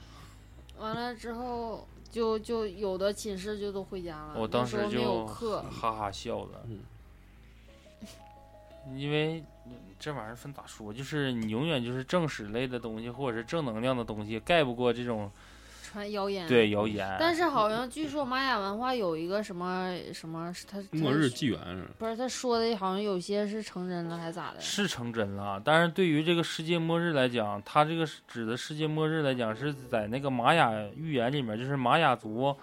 完了之后就就有的寝室就都回家了，
我当时
那候没有
就
课，
哈哈笑了，
嗯
因为嗯这玩意儿分咋说，就是你永远就是正史类的东西或者是正能量的东西盖不过这种
传谣言。。
对谣言。
但是好像据说玛雅文化有一个什么什么，他
末日纪元是
不是他说的，好像有些是成真了还是咋的？
是成真了，啊但是对于这个世界末日来讲，它这个是指的世界末日来讲是在那个玛雅预言里面，就是玛雅族，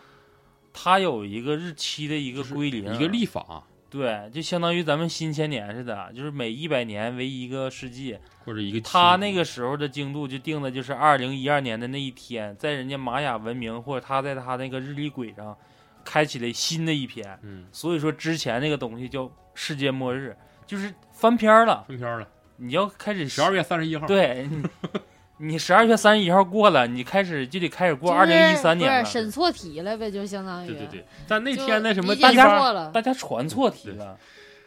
它有一个日期的一个啊
就是
归零，
一个历法
对，就相当于咱们新千年似的，就是每一百年为一个世纪。
或者一个
他
期
那个时候的精度就定的就是二零一二年的那一天，在人家玛雅文明或者他在他那个日历轨上开启了新的一篇，
嗯
所以说之前那个东西叫世界末日，就是翻篇儿了，
分篇了，
你要开始
十二月三十一号，
对，你 你十二月三十一号过了，你开始就得开始过二零一三年
就是
了
不。是审错题了呗，就相当于
对对对。但那
就
天那什么
理
地
解
大家
方，
错了
大家传错题了，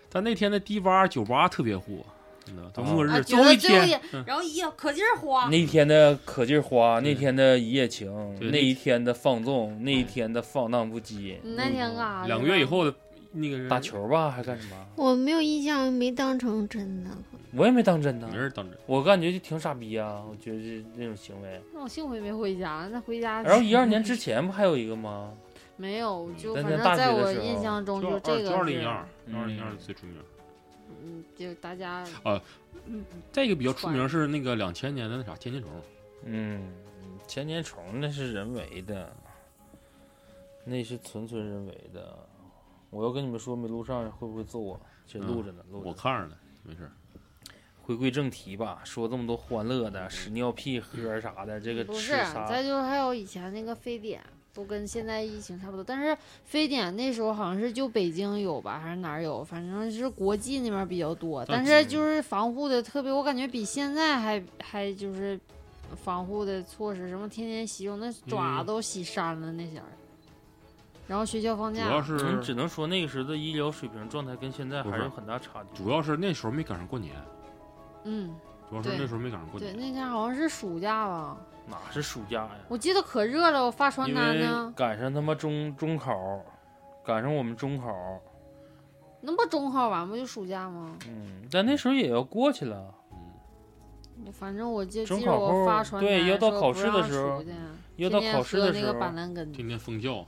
但那天的迪吧酒吧特别火，真的，到末
啊，觉
日最后
得
一
最后
天，
一，然后一可劲儿花，
那天的可劲儿花，
对
那天的一夜情，
对哎
那一天的放纵，那一天的放荡不羁，
你嗯那天干啊啥去了？
嗯两个月以后的那个人
打，球吧还干什么？
我没有印象，没当成真的。
我也没当真呢
没，人当真。
我感觉就挺傻逼啊，我觉得这那种行为。
那我幸亏没回家，那回家
然后一二年之前不还有一个吗？
没有，就
但
反
是
正
大学
在
的
我
时候
印象中就
二
这个
就二零
是
一二，
嗯
二零一二最出名。
嗯，就大家
再一个比较出名是那个两千年的那啥天气虫，
嗯，千年虫那是人为的，那是纯纯人为的。我要跟你们说没录上，会不会揍我？这录着呢，录着
我
呢。
看着呢，没事儿。
嗯回归正题吧，说这么多欢乐的，屎尿屁喝啥的，这个
不
吃
是，再
啥？
就是还有以前那个非典，都跟现在疫情差不多。但是非典那时候好像是就北京有吧，还是哪儿有？反正是国际那边比较多，
但
但是就是防护的特别，我感觉比现在还还就是防护的措施，什么天天洗手，那爪
嗯
都洗伤了那些儿。然后学校放
主
假，
要
你只
是
能说那个时候的医疗水平状态跟现在还是有很大差距。
主要是那时候没赶上过年，
嗯，
主要是
对
那时候没赶上过
对，
年。
那天好像是暑假吧，
哪是暑假呀？
我记得可热了，我发传
因
单
为
呢，
赶上他妈中中考，赶上我们中考，
那不中考完不就暑假吗？
嗯，但那时候也要过去了。
嗯，
我反正我就
中
记着
考
我
后
发传单
对要到
说
考
不
试的
让
时候
出去
要
天
到
天
考试的
喝那
时
个
候呃
板蓝根，
天天封校，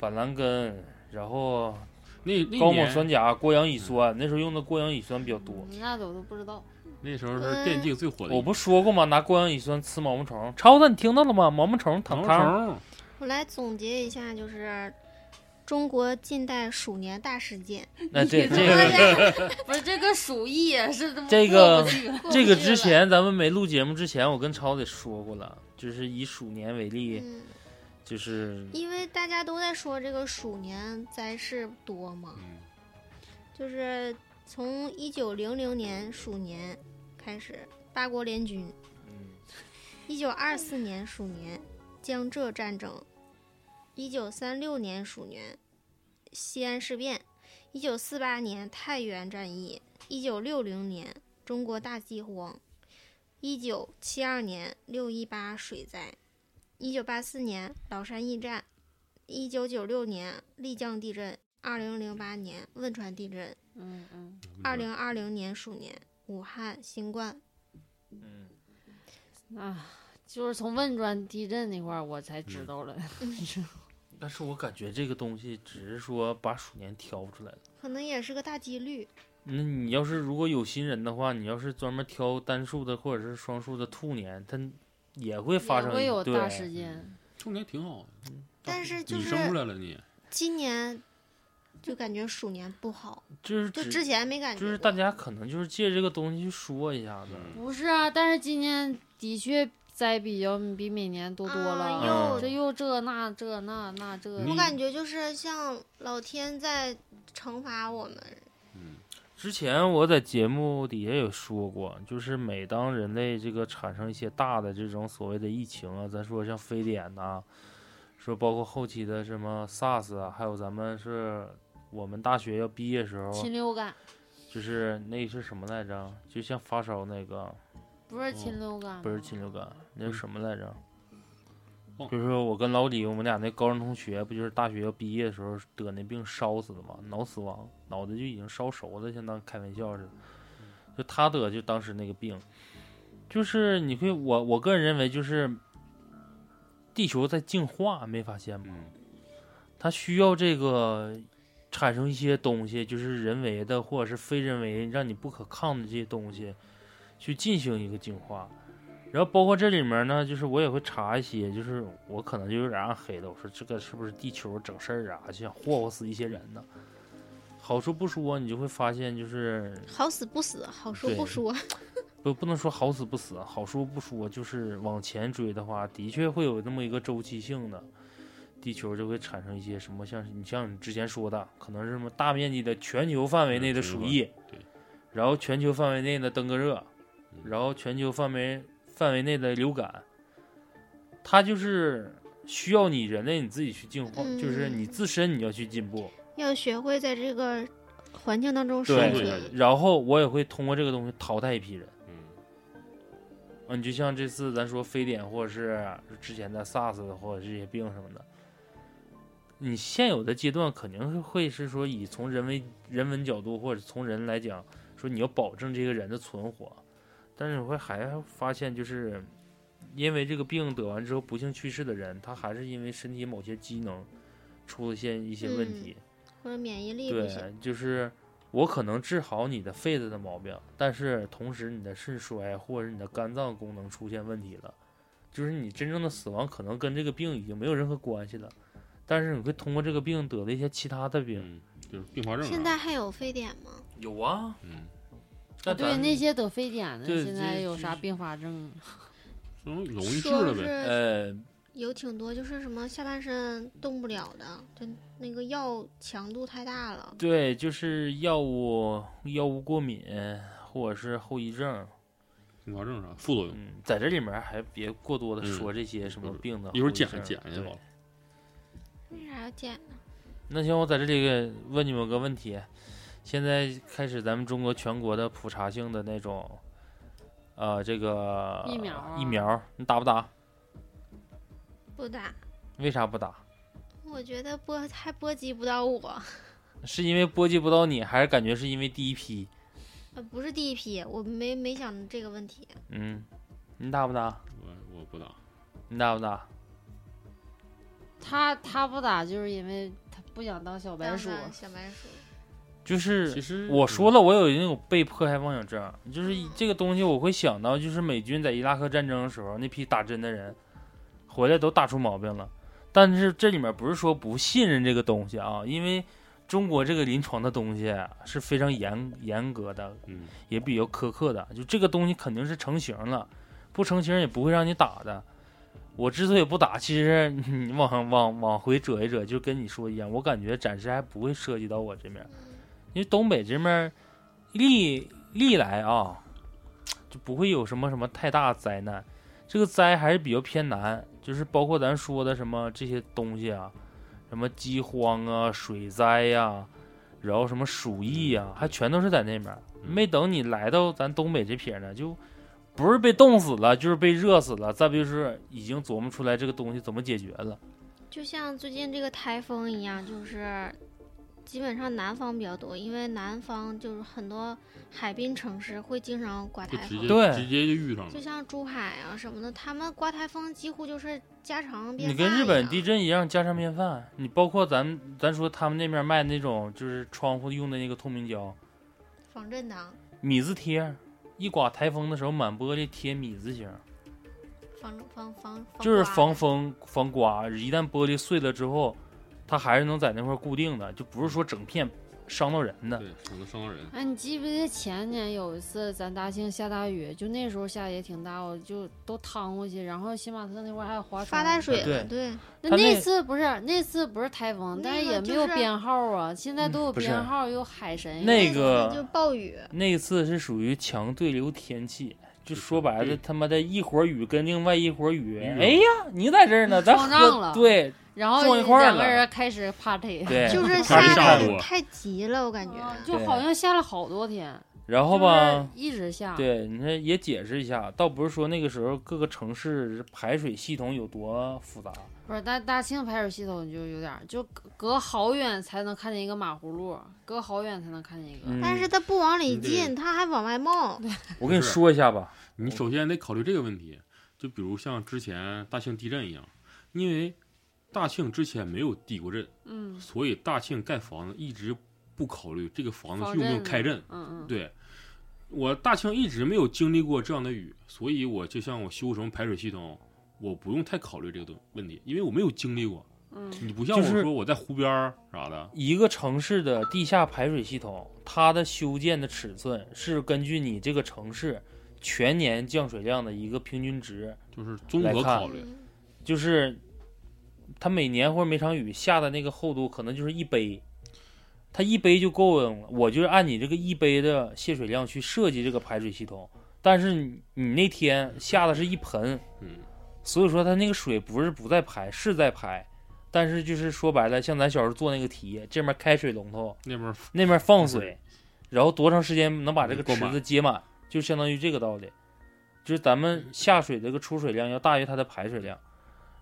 板蓝根，然后
那那
高锰
年
酸钾、过氧乙酸，那时候用的过氧乙酸比较多。
那我都不知道。
那时候是电竞最火的一，
我不说过吗？拿过氧乙酸呲毛毛虫，超子，你听到了吗？毛毛虫躺
疼
汤，
疼，
我来总结一下，就是中国近代鼠年大事件。
那这这个
不是这个鼠疫是这么
这
过不
个
去
这个之前咱们没录节目之前，我跟超子也说过了，就是以鼠年为例，
嗯，
就是
因为大家都在说这个鼠年灾事多嘛，
嗯
就是从一九零零年鼠年开始，八国联军；
嗯
一九二四年鼠年，江浙战争；一九三六年鼠年，西安事变；一九四八年太原战役；一九六零年中国大饥荒；一九七二年六一八水灾；一九八四年老山驿站；一九九六年丽江地震；二零零八年汶川地震；
嗯嗯，
二零二零年鼠年武汉新冠。
嗯，
啊，就是从汶川地震那块儿我才
嗯
知道了。
但是我感觉这个东西只是说把鼠年挑出来了。
可能也是个大几率，
那你要是如果有心人的话，你要是专门挑单数的或者是双数的兔年，它也会发
也
生
会有
对嗯
大事件，
中年挺好的，
但是就
你生出
是
来了你，
今年就感觉鼠年不好，
就是
就
只
之前没感觉
就
过。
是大家可能就是借这个东西去说一下子。
嗯
不是啊？但是今年的确灾比较比每年多多
啊
了，
嗯
又
这又这那这那那这，
你
我感觉就是像老天在惩罚我们，
嗯，
之前我在节目底下也说过，就是每当人类这个产生一些大的这种所谓的疫情啊，咱说像非典呐、说包括后期的什么 SARS 啊，还有咱们是我们大学要毕业时候，
禽流感
就是那是什么来着？就像发烧那个，
不是禽流感吗，
哦
啊
不是禽流感，那是什么来着？
忘了
就是说我跟老李，我们俩那高中同学，不就是大学要毕业的时候得那病烧死的嘛，脑死亡，脑袋就已经烧熟了，相当开玩笑似的。就他得就当时那个病，就是你会我我个人认为就是地球在进化，没发现吗？
嗯
它需要这个产生一些东西，就是人为的或者是非人为让你不可抗的这些东西，去进行一个进化。然后包括这里面呢，就是我也会查一些，就是我可能就有点暗黑的，我说这个是不是地球整事儿啊，就想霍霍死一些人呢？好处不说，你就会发现就是
好死不死，好说不
对
说。
不不能说好死不死，啊好说不说，就是往前追的话，的确会有那么一个周期性的，地球就会产生一些什么像你像你之前说的，可能是什么大面积的全球范围内的鼠疫，
对
然后全球范围内的登革热，
嗯
然后全球范围范围内的流感，它就是需要你人类你自己去进化，
嗯
就是你自身你要去进步，
要学会在这个环境当中生
对
对
存。
然后我也会通过这个东西淘汰一批人。
嗯
啊，你就像这次咱说非典，或者是之前的 SARS 或者这些病什么的，你现有的阶段肯定是会是说以从人为人文角度或者从人来讲，说你要保证这个人的存活，但是你会还发现就是因为这个病得完之后不幸去世的人，他还是因为身体某些机能出现一些问
嗯
题，
或者免疫力不行，
对，就是我可能治好你的肺子的毛病，但是同时你的肾衰或者你的肝脏功能出现问题了，就是你真正的死亡可能跟这个病已经没有任何关系了，但是你会通过这个病得了一些其他的病。
嗯，就是并发症啊，
现在还有非典吗？
有啊，
嗯，
啊对
咱
那些得非典的，
对
现在
这
有啥
这
并发症？
这种嗯容易治
说
了呗，
是
呃，
有挺多，就是什么下半身动不了的，就那个药强度太大了。
对，就是药物药物过敏或者是后遗症，
并发症啥副作用，
嗯，在这里面还别过多的
嗯
说这些什么病的后遗症、
一会儿剪剪一下
对
好了，
为啥要减？
那行，我在这里给问你们个问题：现在开始咱们中国全国的普查性的那种，呃，这个
疫苗啊
疫苗，你打不打？
不打？
为啥不打？
我觉得波还波及不到我，
是因为波及不到你，还是感觉是因为第一批？
呃不是第一批，我没没想这个问题。
嗯，你打不打？
我我不打，
你打不打？
他他不打就是因为他不想当小白
当
鼠，啊
然小白鼠，
就是
其实
我说了，我有那种被迫害妄想症，就是这个东西我会想到，就是美军在伊拉克战争的时候，那批打针的人回来都打出毛病了。但是这里面不是说不信任这个东西啊，因为中国这个临床的东西是非常严严格的，
嗯，
也比较苛刻的，就这个东西肯定是成型了，不成型也不会让你打的。我之所以不打，其实 你往往往回折一折，就跟你说一样，我感觉暂时还不会涉及到我这面
嗯
儿，因为东北这面儿历历来啊，就不会有什么什么太大灾难，这个灾还是比较偏南，就是包括咱说的什么这些东西啊，什么饥荒啊、水灾呀、然后什么鼠疫呀、还全都是在那边儿。
嗯
没等你来到咱东北这撇呢，就不是被冻死了，就是被热死了，再不就是已经琢磨出来这个东西怎么解决了。
就像最近这个台风一样，就是基本上南方比较多，因为南方就是很多海滨城市会经常刮
就
台
直接
风，
对
直接就遇上了
就，像珠海啊什么的，他们刮台风几乎就是家常便
你
饭。
跟日本地，震一样，家常便饭。你包括咱咱说他们那面卖那种就是窗户用的那个透明胶
防震囊、
米字贴，一刮台风的时候满玻璃贴米字形，
防防防，
就是
刮
防风防刮。一旦玻璃碎了之后，它还是能在那块儿固定的，就不是说整片伤到人的。
对，可能伤到人。
哎，你记不记得前年有一次咱大庆下大雨，就那时候下也挺大，我就都趟过去，然后新玛特那块儿还有划
发
船。
大水
对
了，对，
那
他那
那次不是那次不是台风，
那
但
个
也
就
没有
是
编号啊，现在
嗯
都有
不是
编号，有海神。
那
次
个
就暴雨，
那次是属于强对流天气，就说白了
嗯，
他妈的一伙雨跟另外一伙雨，
嗯
哎呀，你在这儿呢，咱
撞
喝
上了
对
然后
撞一块儿
两个
了
人开始 party，
对，
就是
差点
下
吓
的
我
太急了，我感觉。
啊就好像下了好多天，
然
就
后
是
吧，
一直下。
啊
对，你看也解释一下，倒不是说那个时候各个城市排水系统有多复杂，
不是，但大庆排水系统就有点儿，就隔隔好远才能看见一个马葫芦，隔好远才能看见一个。
嗯
但是它不往里进，它还往外冒。
我跟你
是
说一下吧，
你首先得考虑这个问题，就比如像之前大庆地震一样，因为大庆之前没有地过震，
嗯，
所以大庆盖房子一直不考虑这个房子
防
用不
震
用开
的
震。
嗯嗯，
对，我大庆一直没有经历过这样的雨，所以我就像我修什么排水系统，我不用太考虑这个东问题，因为我没有经历过。
嗯
你不像
就
我
是
说我在湖边儿啥的，
一个城市的地下排水系统，它的修建的尺寸是根据你这个城市全年降水量的一个平均值。
就是综
来
合
看
考虑。
嗯
就是它每年或者每场雨下的那个厚度，可能就是一杯，它一杯就够用了。我就是按你这个一杯的泄水量去设计这个排水系统，但是你你那天下的是一盆，
嗯，
所以说它那个水不是不在排，是在排。但是就是说白了，像咱小时候做那个题，这面开水龙头，
那边儿
那面放水，然后多长时间能把这个
嗯够
池
满
子接满，就相当于这个道理。就是咱们
嗯
下水这个出水量要大于它的排水量。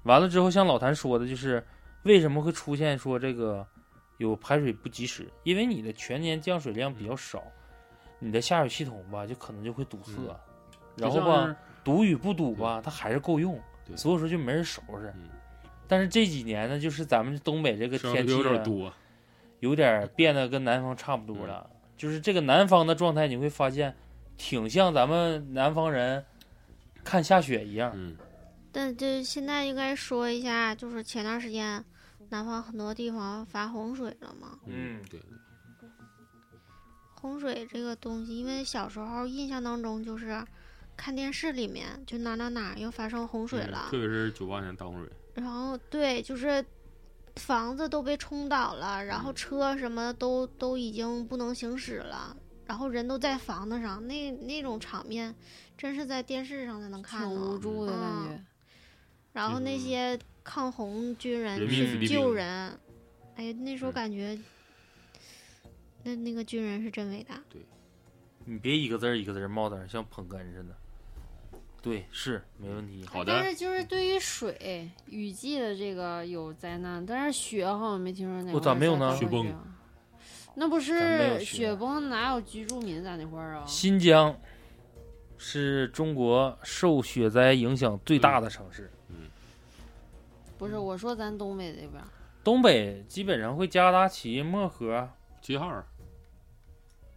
完了之后，像老谭说的，就是为什么会出现说这个有排水不及时，因为你的全年降水量
嗯
比较少，你的下水系统吧就可能就会堵塞，
嗯
然
就像
后吧
是
堵与不堵吧，它还是够用，
对
所以说就没人收拾。
嗯
但是这几年呢，就是咱们东北这个
稍微
天气
有点
啊
多，
有点儿变得跟南方差不多了。就是这个南方的状态，你会发现挺像咱们南方人看下雪一样。
嗯，
但就现在应该说一下，就是前段时间南方很多地方发洪水了嘛。
嗯
对，对
洪水这个东西，因为小时候印象当中就是看电视里面就哪哪哪又发生洪水
嗯
了，
特别是九八年大洪水，
然后对，就是房子都被冲倒了，然后
嗯
车什么都都已经不能行驶了，然后人都在房子上，那那种场面真是在电视上才能看
挺无
到。
助的感
嗯
觉。
然后那
嗯
些抗洪军人
人
民子
去
弟
救
兵
人，哎呀，那时候
嗯
感觉。那那个军人是真伟大，
你别一个字儿一个字儿冒的，像捧哏似的。对，是没问题。
好
但
的，
是就是对于水雨季的这个有灾难，但是雪好像没听说哪
我
块
咋
儿
没有
下大
呢
暴
雪崩
啊那不
咱没
是
有雪
雪崩，哪有居住民在那块儿啊？
新疆是中国受雪嗯灾影响最大的城市。
不是，我说咱东北这边儿，
东北基本上会加达奇、漠河。
齐齐哈尔，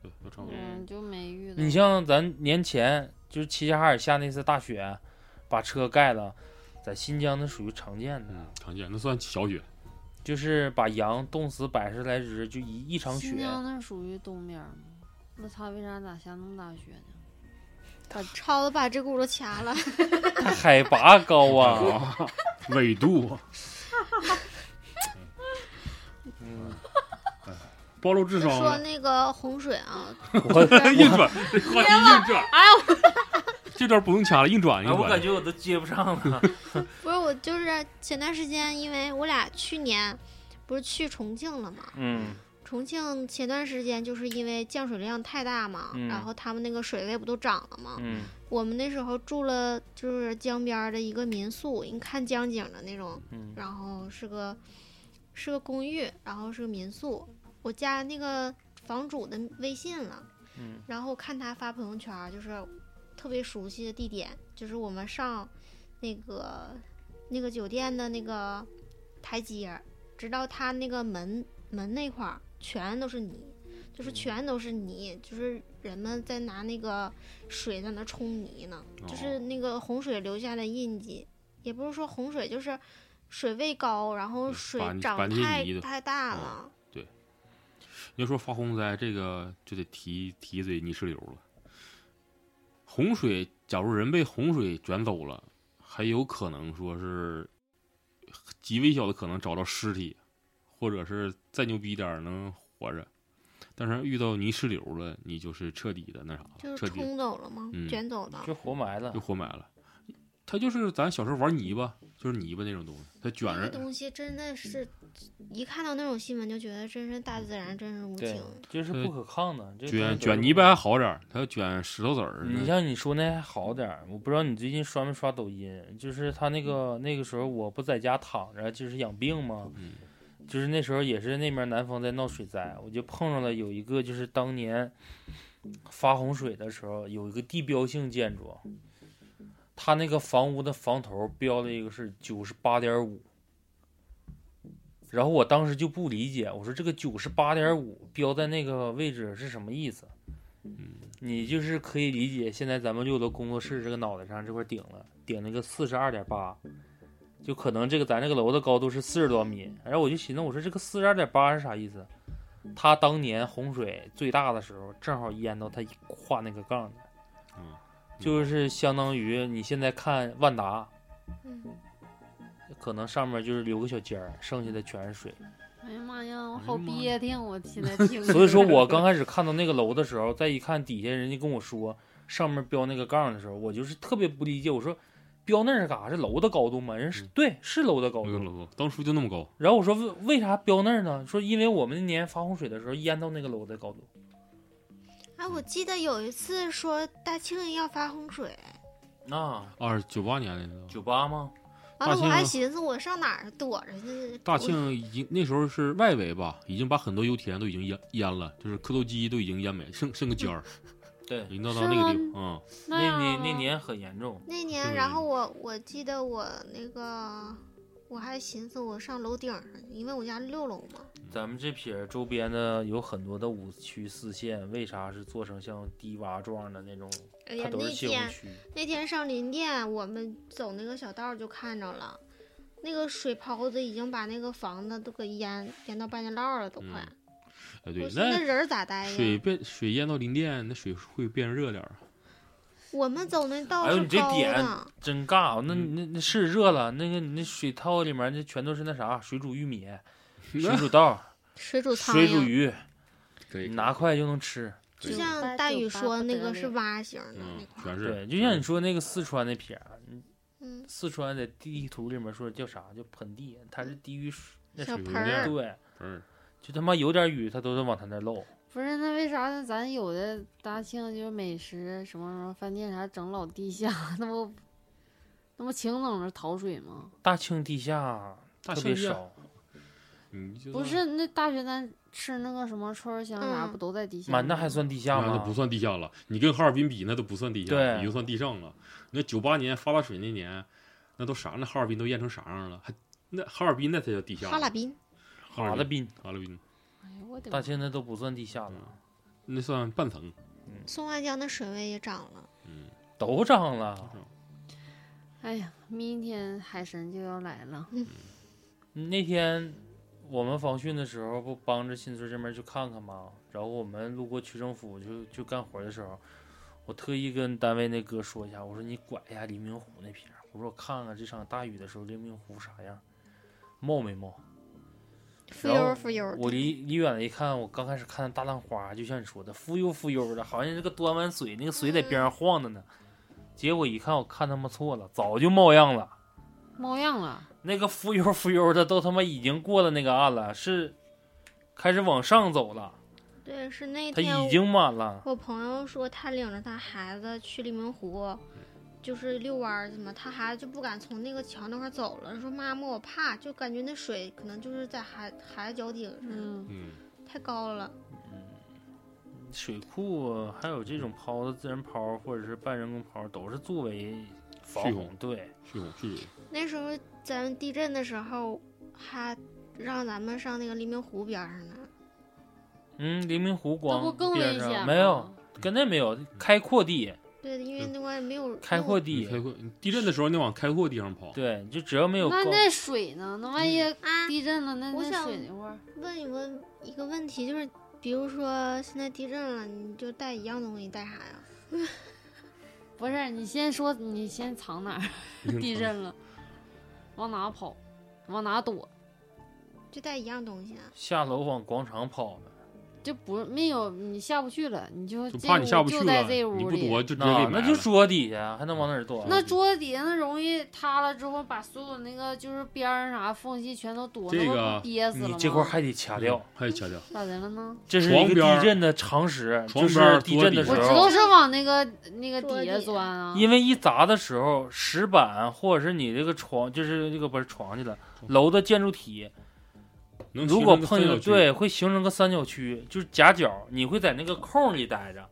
对，都差不多。
嗯，就没遇到。
你像咱年前就是齐齐哈尔下那次大雪，把车盖了，在新疆那属于常见的，
嗯，常见，那算小雪。
就是把羊冻死百十来只，就一一场雪
新。疆那属于东边儿吗？那他为啥咋下那么大雪呢？
把超子把这轱辘掐了，
它海拔高啊，
啊，纬度啊，
嗯，
暴露智商
说
了。
那个洪水啊，
我
硬转，这话题硬转。哎呦，这段不用掐了，硬转硬
哎我感
转。
觉我都接不上了。
不是我就是前段时间，因为我俩去年不是去重庆了嘛，
嗯
重庆前段时间就是因为降水量太大嘛，
嗯
然后他们那个水位不都涨了嘛，
嗯
我们那时候住了就是江边儿的一个民宿，你看江景的那种，
嗯
然后是个是个公寓，然后是个民宿。我加那个房主的微信了，
嗯
然后我看他发朋友圈儿，就是特别熟悉的地点，就是我们上那个那个酒店的那个台阶儿，直到他那个门门那块儿全都是泥，就是
嗯
全都是泥，就是人们在拿那个水在那冲泥呢。
哦
就是那个洪水留下的印记，也不是说洪水，就是水位高，然后
嗯
水
把你
涨
把那些
太
泥都
太大
哦
了。
你要说发洪灾，这个就得提提一嘴泥石流了。洪水，假如人被洪水卷走了，还有可能说是极微小的可能找到尸体，或者是再牛逼一点儿能活着。但是遇到泥石流了，你就是彻底的那啥
就
了，彻
是
底
冲走了吗？
嗯
卷走了
就。活埋了
就。活埋了。它就是咱小时候玩泥巴，就是泥巴那种东西，它卷
那个
着。
东西真的是，嗯一看到那种新闻就觉得真是大自然真是无
对
情。，
就是不可抗的。这东西
卷
都
卷
是
泥巴还好点儿，它要卷石头子儿。
你像你说那还好点儿，我不知道你最近刷没刷抖音，就是他那个那个时候我不在家躺着，就是养病嘛，
嗯
就是那时候也是那边南方在闹水灾，我就碰上了有一个就是当年发洪水的时候有一个地标性建筑，他那个房屋的房头标了一个是九十八点五。然后我当时就不理解，我说这个九十八点五标在那个位置是什么意思？你就是可以理解，现在咱们六楼工作室这个脑袋上这块顶了，顶了个四十二点八，就可能这个咱这个楼的高度是四十多米。然后我就寻思，我说这个四十二点八是啥意思？他当年洪水最大的时候，正好淹到他跨那个杠去，
嗯，
就是相当于你现在看万达，
嗯，
可能上面就是留个小尖儿，剩下的全是水。
哎呀妈呀，我
哎呀
好
妈呀
憋挺， 我现在 听着。
所以说我刚开始看到那个楼的时候，再一看底下人家跟我说上面标那个杠的时候，我就是特别不理解，我说标那是干啥？是楼的高度吗？人是、
嗯
对，是楼的高
那个
度。
楼当初就那么高，
然后我说为为啥标那儿呢？说因为我们那年发洪水的时候淹到那个楼的高度。
哎、我记得有一次说大庆要发洪水，
啊，
二九八年的时候。
九八吗？
完了
大
我
庆
还寻思我上哪儿躲着去。
大
我
庆已经那时候是外围吧，已经把很多油田都已经淹淹了，就是磕头机都已经淹没，剩剩个尖儿，
对，
嗯
嗯
已经到
是
到那个地
吗
方啊、
那
那
样
年那
吗
年很严重。
那年，
对
然后我我记得我那个，我还寻思我上楼顶上去，因为我家六楼嘛。
咱们这撇儿周边的有很多的五区四县，为啥是做成像低洼状的那种？
哎
它
呀，
都
那
是泄洪
天
区。
那天上林甸，我们走那个小道就看着了，那个水泡子已经把那个房子都给淹淹到半截道了，都快。
嗯，哎
我
对，
说那
那
人儿咋待
水
呀？
变水淹到林甸，那水会变热点儿。啊
我们走那道
哎呦
是
你这
高
点
的，
真尬，啊那
嗯
那那是热了，那个你那水套里面那全都是那啥水煮 玉米、水
那
煮豆、
水煮苍
水煮
蝇，
鱼，
可
你拿筷就能吃。
嗯就
对
像大宇说那个是蛙形的那
嗯，
块儿。
全是
对，就像你说那个四川那撇儿，
嗯，
四川在地图里面说叫啥叫盆地，它是低于水那
小
水
水
盆
有点
儿
儿，
对，
嗯，
就他妈有点雨，它都得往它那漏。
不是那为啥咱有的大庆就是美食什么什么饭店啥整老地下，那不那不请等着淘水吗？
大庆地下
大
特
庆
别
地下
少，
你就
不是那大学咱吃那个什么串儿香啥
嗯
不都在地下吗？
满那还算地下
那那不
吗？
算地下了，你跟哈尔滨比，那都不算地
对
下，你就算地上了。那九八年发大水那年，那都啥？那哈尔滨都淹成啥样了？还那哈尔滨那才叫地下
哈
呢。
尔滨，
哈
哈
尔
尔
滨，
滨，
哈尔滨，
哎呦我的妈！
但现在都不算地
嗯
下了，
那算半层，
松花江的水位也涨了，
嗯，
都涨了。
哎呀，明天海神就要来了，
嗯那天我们防汛的时候，不帮着新村这边去看看吗？然后我们路过区政府就就干活的时候，我特意跟单位那哥说一下，我说你拐一下黎明湖那片儿，我说我看看这场大雨的时候黎明湖啥样，冒没冒？
浮
然后
游浮游
我
的，
离离远了一看，我刚开始看大浪花，就像你说的，浮悠浮悠的，好像这个端完水，那个水在边上晃着呢。结果一看，我看他妈错了，早就冒样了。
冒样了，
那个浮悠 浮悠的，都他妈已经过了那个岸了，是开始往上走了，
对，是那
它
天
已经满了。
我朋友说他领着他孩子去黎明湖，就是遛弯儿去嘛，他孩子就不敢从那个桥那块儿走了，说妈妈我怕，就感觉那水可能就是在孩孩子脚顶上，
嗯，
嗯，
太高了。
水库还有这种抛的自然抛或者是半人工抛，都是作为防
蓄
洪
洪。
对，
蓄洪蓄水，
那时候咱们地震的时候，还让咱们上那个黎明湖边儿上呢。
嗯，黎明湖
那不
光
更危
边
险吗？
上没有，跟那没有开阔地，
对，因为
嗯
那块没有
开阔
阔
你
地。
嗯开阔，地震的时候你往开阔地方跑，
对，你就只要没有嗯
那
高
那水呢？那万一
啊。
地震了，那
我
那
想
水那块儿，
问一问一个问题，就是比如说现在地震了，你就带一样东西，带啥呀？
不是你先说，你先藏哪儿？ 地震了，往哪跑？往哪躲？
就带一样东西啊。
下楼往广场跑了，
就不没有你下不去了，你就
就
这
怕你下
屋
不去
就在
了，
这
你
屋
不
里。
躲就直接给
那
埋
那就
了
桌底下还能往哪儿躲？
那桌底下那容易塌了之后，把所有那个就是边儿啥缝隙全都躲，
这
那不
个
不憋死了
你
吗？
这块儿还得掐掉
嗯，还得掐掉，
咋的了呢？
这是
床
一个
边儿
地震的常识，
床
就
边
是
儿
地震的时
我
桌
知
底
道
候，
是往那个那个
桌
底下
底
钻啊，
因为一砸的时候，石板或者是你这个床，就是这个不是床去了，楼的建筑体，
能
如果
嗯形成个
碰
三
一个
角区，
对，会形成个三角区，就是夹角，你会在那个空里待着，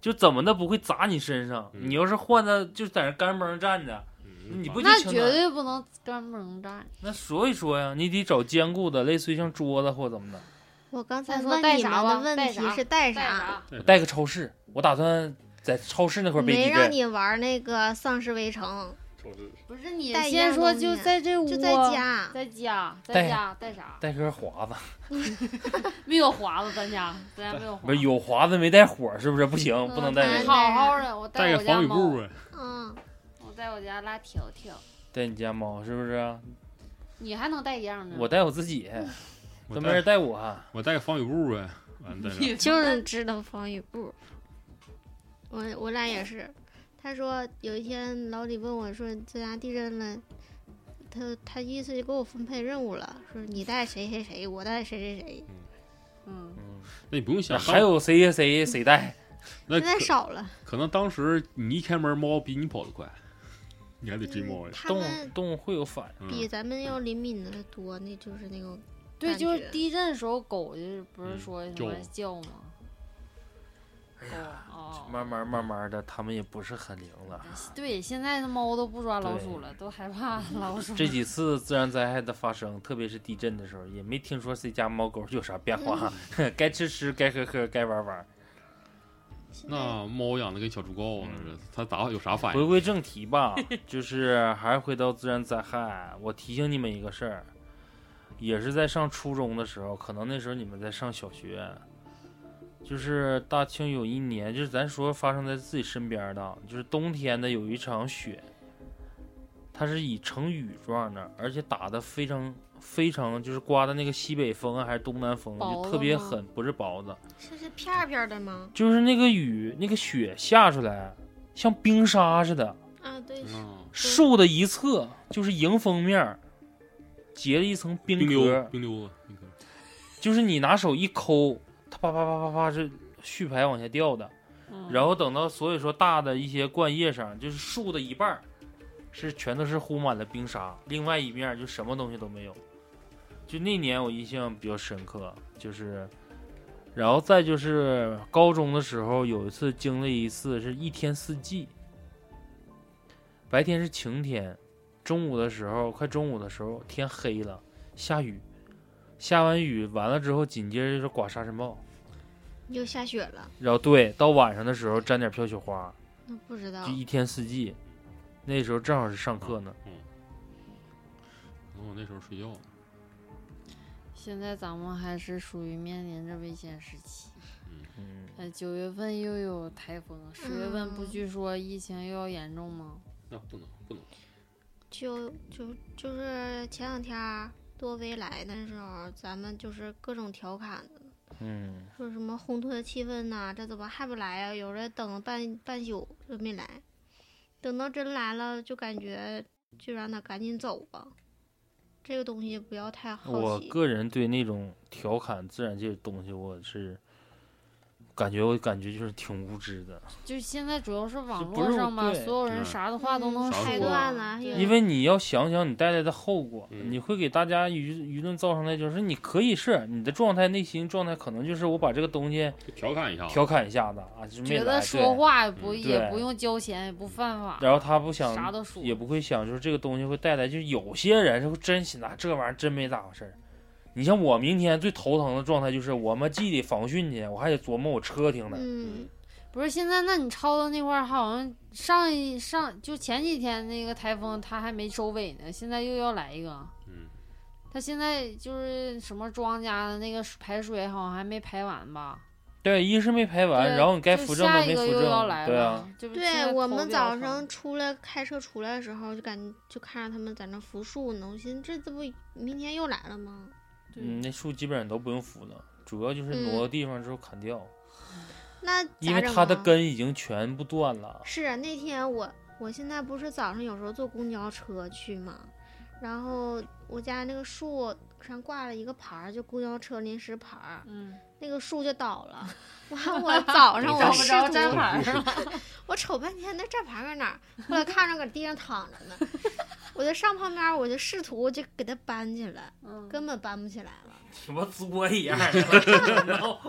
就怎么的不会砸你身上。
嗯
你要是换的，就是在那干崩站着，
嗯
你
把
不
那
就清
绝
了
对不能干蹦站。
那所以说呀，你得找坚固的，类似于像桌子或怎么的。
哎我刚
再
才
说
问
带
你
啥
们
吧
的问
带
题
啥
是带
带啥？
对
我带个超市，我打算在超市那块儿背
没
地
让
震。
你玩那个丧尸围城，
不是你
带一
先
样
说，
东
就
西啊
在这屋，
就在，家。
在家，在
带
家带啥？
带根华子，
没有华子，咱家咱家没有华
不是
子。
有华子没带火，是不是不行？不能带
反
你
那
正
个。
好好的，我
带
带
个
我家
防雨
猫，
布呗，
嗯，
我带我家拉条条，
带你家猫是不是？
你还能带一
嗯
样呢？
我带我自己，
我
都没
带
人带我。啊
我带个防雨布呗，完了再
你
就是知道防雨布。我我俩也是。他说有一天老李问我说这家地震了，他他意思就给我分配任务了，说你带谁谁谁，我带谁谁谁。
嗯，
嗯，
那你不用想，
还有谁谁谁带？
那
现在
可
少了，
可能当时你一开门，猫比你跑得快，你还得追猫
嗯
呀。
他
动
们
动物会有反应。
比
嗯，
咱们要灵敏的多，那就是那种
对，
感
就是
觉
地震时候狗就是不是
嗯
说什
叫
么叫
吗
吗？
哎
狗
呀，
哦，
慢慢慢慢的，它们也不是很灵了。
对，现在的猫都不抓老
对
鼠了，都害 怕老
嗯
鼠。
这几次自然灾害的发生，特别是地震的时候，也没听说谁家猫狗有啥变化，
嗯
该吃吃，该喝喝，该玩玩。
现在
那猫养的跟小猪羔似的，它咋有啥反
回
应？
归正题 吧，就是还是回到自然灾害。我提醒你们一个事儿，也是在上初中的时候，可能那时候你们在上小学，就是大庆有一年，就是咱说发生在自己身边的，就是冬天的有一场雪，它是以成雨状的，而且打的非常非常，就是刮的那个西北风啊还是东南风，
雹
就
子
特别
吗
狠，不是雹子，
是是片儿片儿的吗？
就是那个雨那个雪下出来像冰沙似的。
啊，对，
啊，
树的一侧就是迎风面儿结了一层冰
冰溜
壳，
冰溜子，冰壳
就是你拿手一抠，它啪啪啪啪啪是续排往下掉的。
嗯
然后等到所以说大的一些灌叶上，就是树的一半儿是全都是糊满了冰沙，另外一面儿就什么东西都没有。就那年我印象比较深刻，就是，然后再就是高中的时候有一次经历一次是一天四季，白天是晴天，中午的时候快中午的时候天黑了，下雨，下完雨完了之后，紧接着就是刮沙尘暴，
又下雪了，
然后对，到晚上的时候沾点飘雪花，
那不知道
啊
就。一天四季。那时候正好是上课呢，
可能我那时候睡觉呢。
现在咱们还是属于面临着危险时期。
嗯，
呃，九月份又有台风，十月份不
嗯
据说疫情又要严重吗？
那不能不能，
就就就是前两天儿多维来的时候，咱们就是各种调侃的，
嗯，
说什么烘托气氛呐、这怎么还不来呀、啊有人等了半半宿就没来，等到真来了，就感觉就让他赶紧走吧。这个东西不要太好
我
奇，
个人对那种调侃自然界的东西，我是感觉我感觉就是挺无知的，
就现在主要是
就
网
不
络
是
上吧，
对
所有
嗯
人啥的话都能
嗯
说
啥，都
段子啊
对
因
因为你要想想你带来的后果，
嗯
你会给大家舆舆论造成的就是你可以是你的状态，内心状态可能就是我把这个东西
就调侃一下。
调侃一下子啊，就没
觉
来
得
对
说话也不
嗯
也
对
不用交钱，也不犯法，
然后他不想
啥都说
也不会想，就是这个东西会带来，就是有些人是会真心拿这玩意儿真没咋回事儿。你像我明天最头疼的状态就是，我们记得防汛去，我还得琢磨我车停哪儿。
嗯，
不是现在，那你抄的那块儿好像上一上就前几天那个台风，它还没收尾呢，现在又要来一个。
嗯，
它现在就是什么庄稼的那个水排水好像还没排完吧？
对，一是没排完，
对
然后你该
就
扶正
下
的
一
没
个
扶
又要
正
来，
对啊
了，，嗯就是现
对
在
我
头
们
比较
早
疼
上出来开车出来的时候，就感觉就看着他们在那扶树呢，我寻思这这不明天又来了吗？
对
嗯，那树基本上都不用扶了，主要就是
嗯
挪到地方之后砍掉，
那
因
咋
为
整
它的
啊
根已经全部断了。
是啊那天我我现在不是早上有时候坐公交车去嘛，然后我家那个树上挂了一个牌儿，就公交车临时牌儿，
嗯，
那个树就倒了。完我早上我
找不
试
着
图
站牌 儿了，
我瞅半天那站牌搁哪儿，后来看着搁地上躺着呢， 我就上旁边儿我就试图就给它搬起来，
嗯
根本搬不起来了。
什么作啊一样，
因为我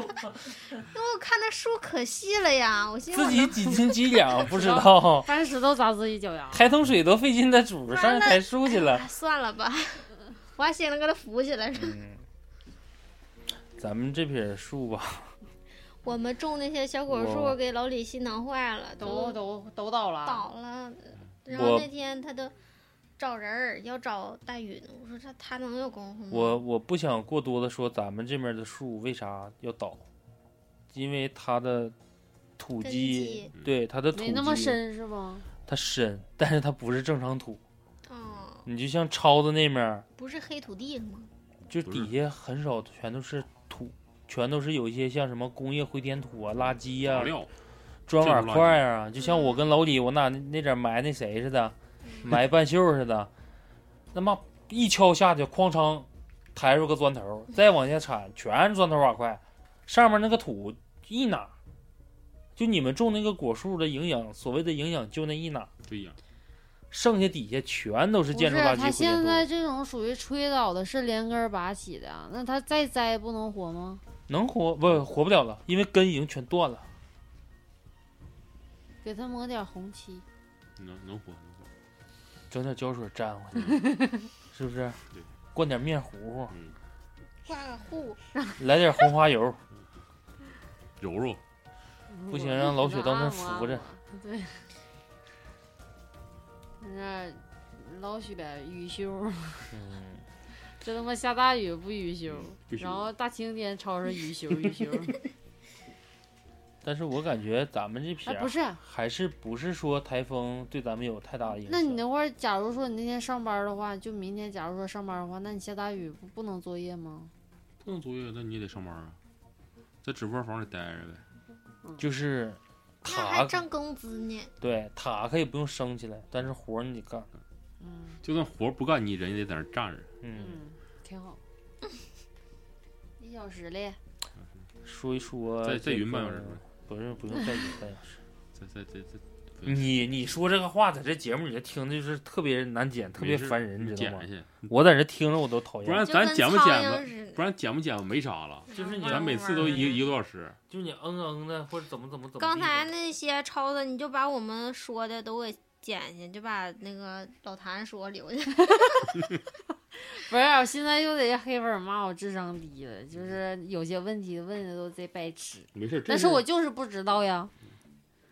看那树可细了呀，我寻思
自
我
己几斤几两 不知道，
搬石头砸自己 脚丫。
抬桶水都费劲的主上抬树去了
哎
能。算了吧，我还寻思给它扶起来。
嗯，咱们这撇树吧，
我们种那些小果
我
树给老李心疼坏了，
都都都倒了，
倒
嗯
了。啊然
我
后那天他都找人儿要找大宇呢，我说他他能有功
嗯
夫吗？
我我不想过多的说咱们这边的树为啥要倒，因为它的土
根
基，
嗯
基，
对它的土
没那么
基，
深是吧？
它深，但是它不是正常土。
嗯，
你就像超子那面儿，
不是黑土地吗？
就
不是
底下很少全都是土，全都是有一些像什么工业回填土啊、垃圾呀、
调料
砖瓦
这种
块啊，就像
嗯
我跟老李，我拿那那点儿埋那谁似的，埋半袖似的，那妈一敲下去，哐当，抬出个砖头，再往下铲，全是砖头瓦块，上面那个土一哪，就你们种那个果树的营养，所谓的营养就那一哪，
对呀，
剩下底下全都是
不是，
建筑垃圾
他
回填
现
土。
在这种属于吹倒的，是连根儿拔起的，啊那他再栽不能活吗？
能活不活不了了，因为根已经全断了。
给他抹点红漆，
能能活能活。嗯
整点胶水粘回去，是不是
对？
灌点面糊糊，
嗯，
挂个户，
来点红花油。
柔柔，
不行让老雪到那儿
按摩按
扶着
摩。对， 那老雪雨修，
嗯，
这他妈下大雨不雨修
嗯，不修
然后大晴天吵着雨修雨修。
但是我感觉咱们这撇
哎，
儿
不是，
还啊是不是说台风对咱们有太大的影响？
那你那会儿，假如说你那天上班的话，就明天假如说上班的话，那你下大雨不不能作业吗？
不能作业，那你也得上班啊，在直播房里待着呗。
就是
那还
塔
挣工资呢。
对塔可以不用升起来，但是活儿你得干。
嗯
就算活不干，你人也得在那儿站着。
嗯，
嗯，挺 好。一小时嘞，嗯
说一说
再再
这
云半
个
小时呗，
不用不用再云半小时。
再再再再， 对
你你说这个话在这节目里头听的就是特别难剪，特别
没事
烦人，
你
你知
捡
道吗？
去，
我在这听着我都讨
不然
厌。
就
咱
跟
剪不
苍
剪
蝇
吧
似的
不然剪不剪吧没啥了。
就是你
咱每次都一个一个多小时，
就是你嗯嗯的或者怎么怎么怎么地的。
刚才那些抄的，你就把我们说的都给剪下，就把那个老谭说留下。
不是，我现在又得黑粉骂我智商低了，就是有些问题问的都贼白痴，
没事，这
但
事
是
儿
我就是不知道呀，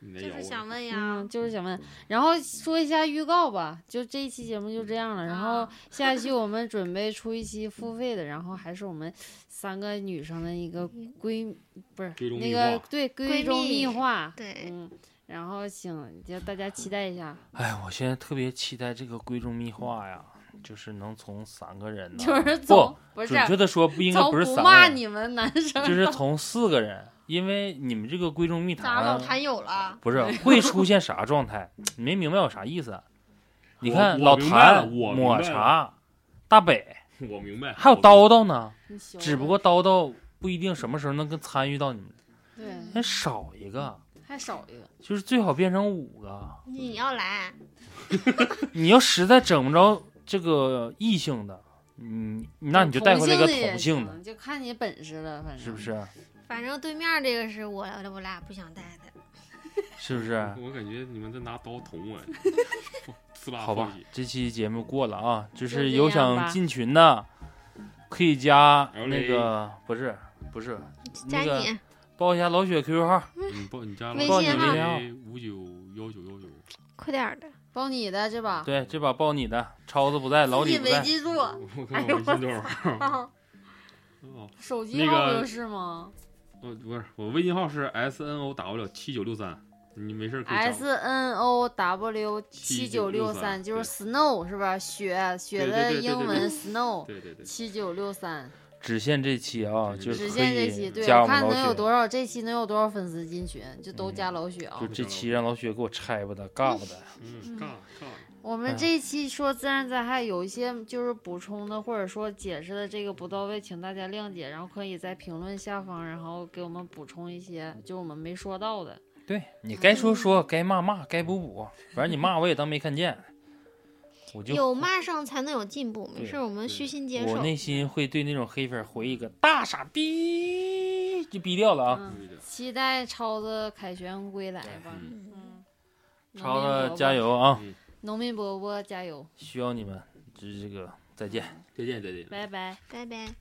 你得
就
咬
是
我
想问呀
嗯，，就是想问，然后说一下预告吧，就这一期节目就这样了，然后
啊
下期我们准备出一期付费的，然后还是我们三个女生的一个闺，不是
追踪
那
密
个
话
对
闺
闺中
蜜
密话，
对，
嗯，然后请就大家期待一下，
哎，我现在特别期待这个闺中密话呀，就是能从三个人呢，
就是从
不
不是
准确的说不应该
从
不是
不
三
骂
个人，
你们男生
就是从四个人，因为你们这个 闺中密
咋老
谈
谈友了？
不是会出现啥状态？你没明白我啥意思？你
我
看
我
老
明白了
谭、
我明白
抹
了
茶、大北，
我明白，
还有
我
叨叨呢，
你喜欢
只不
的
过叨叨不一定什么时候能跟参与到你们，
对
还少一个，
还少一个。
就是最好变成五个。
你要来，
你要实在整不着这个异性的，嗯，那你就带回来一个同性的，
的，就看你本事了，反正
是不？是？
反正对面这个是我我俩不想带的，
是不是？
我感觉你们在拿刀捅我， 呲啦
好吧
啊放血，
这期节目过了啊，就是
就
有
这样吧
想进群的，可以加
LA
那个不是不是，
加
那个
你
报一下老雪 QQ 号，
你报你家
微
老
信号
五九幺九幺九，
快点儿的，
包你的这把，
对，这把报你的，超子不在，老
自己
李不
没
在，
记住，
我看我微信多少号？哦，
手机
那
号
个
不就是吗
我呃不是我微信号是 S N O W 七九六三，你没事可以加我。
？S N O W 七九六三，
7963
就是 snow 是吧？雪雪
对对
的
对对
英
对
文 snow
对对对，
七九六三，
只限这期啊，就
只
可
限这期。
以
对，
加
我
我们
看能有
老雪。
多少，这期能有多少粉丝进群，就都加老雪啊
就。这期让老雪给我拆吧的，尬吧的，
嗯，尬尬，
我们
哎
这一期说自然灾害，有一些就是补充的或者说解释的这个不到位，请大家谅解，然后可以在评论下方，然后给我们补充一些就我们没说到的。
对你该说说，该骂骂，该补补，反正你骂我也当没 看见，我就
有骂上才能有进步，没
对
事儿，我们
对
虚心接
我
受。
内心会对那种黑粉回一个大傻逼，就逼掉了啊。
嗯，
对的，
期待超子凯旋归来吧。
嗯，
嗯
嗯，
超
农民伯
子
伯
加！油啊！
农民伯伯加油！
需要你们，这这个再见。
再见再见。
拜拜。
拜拜。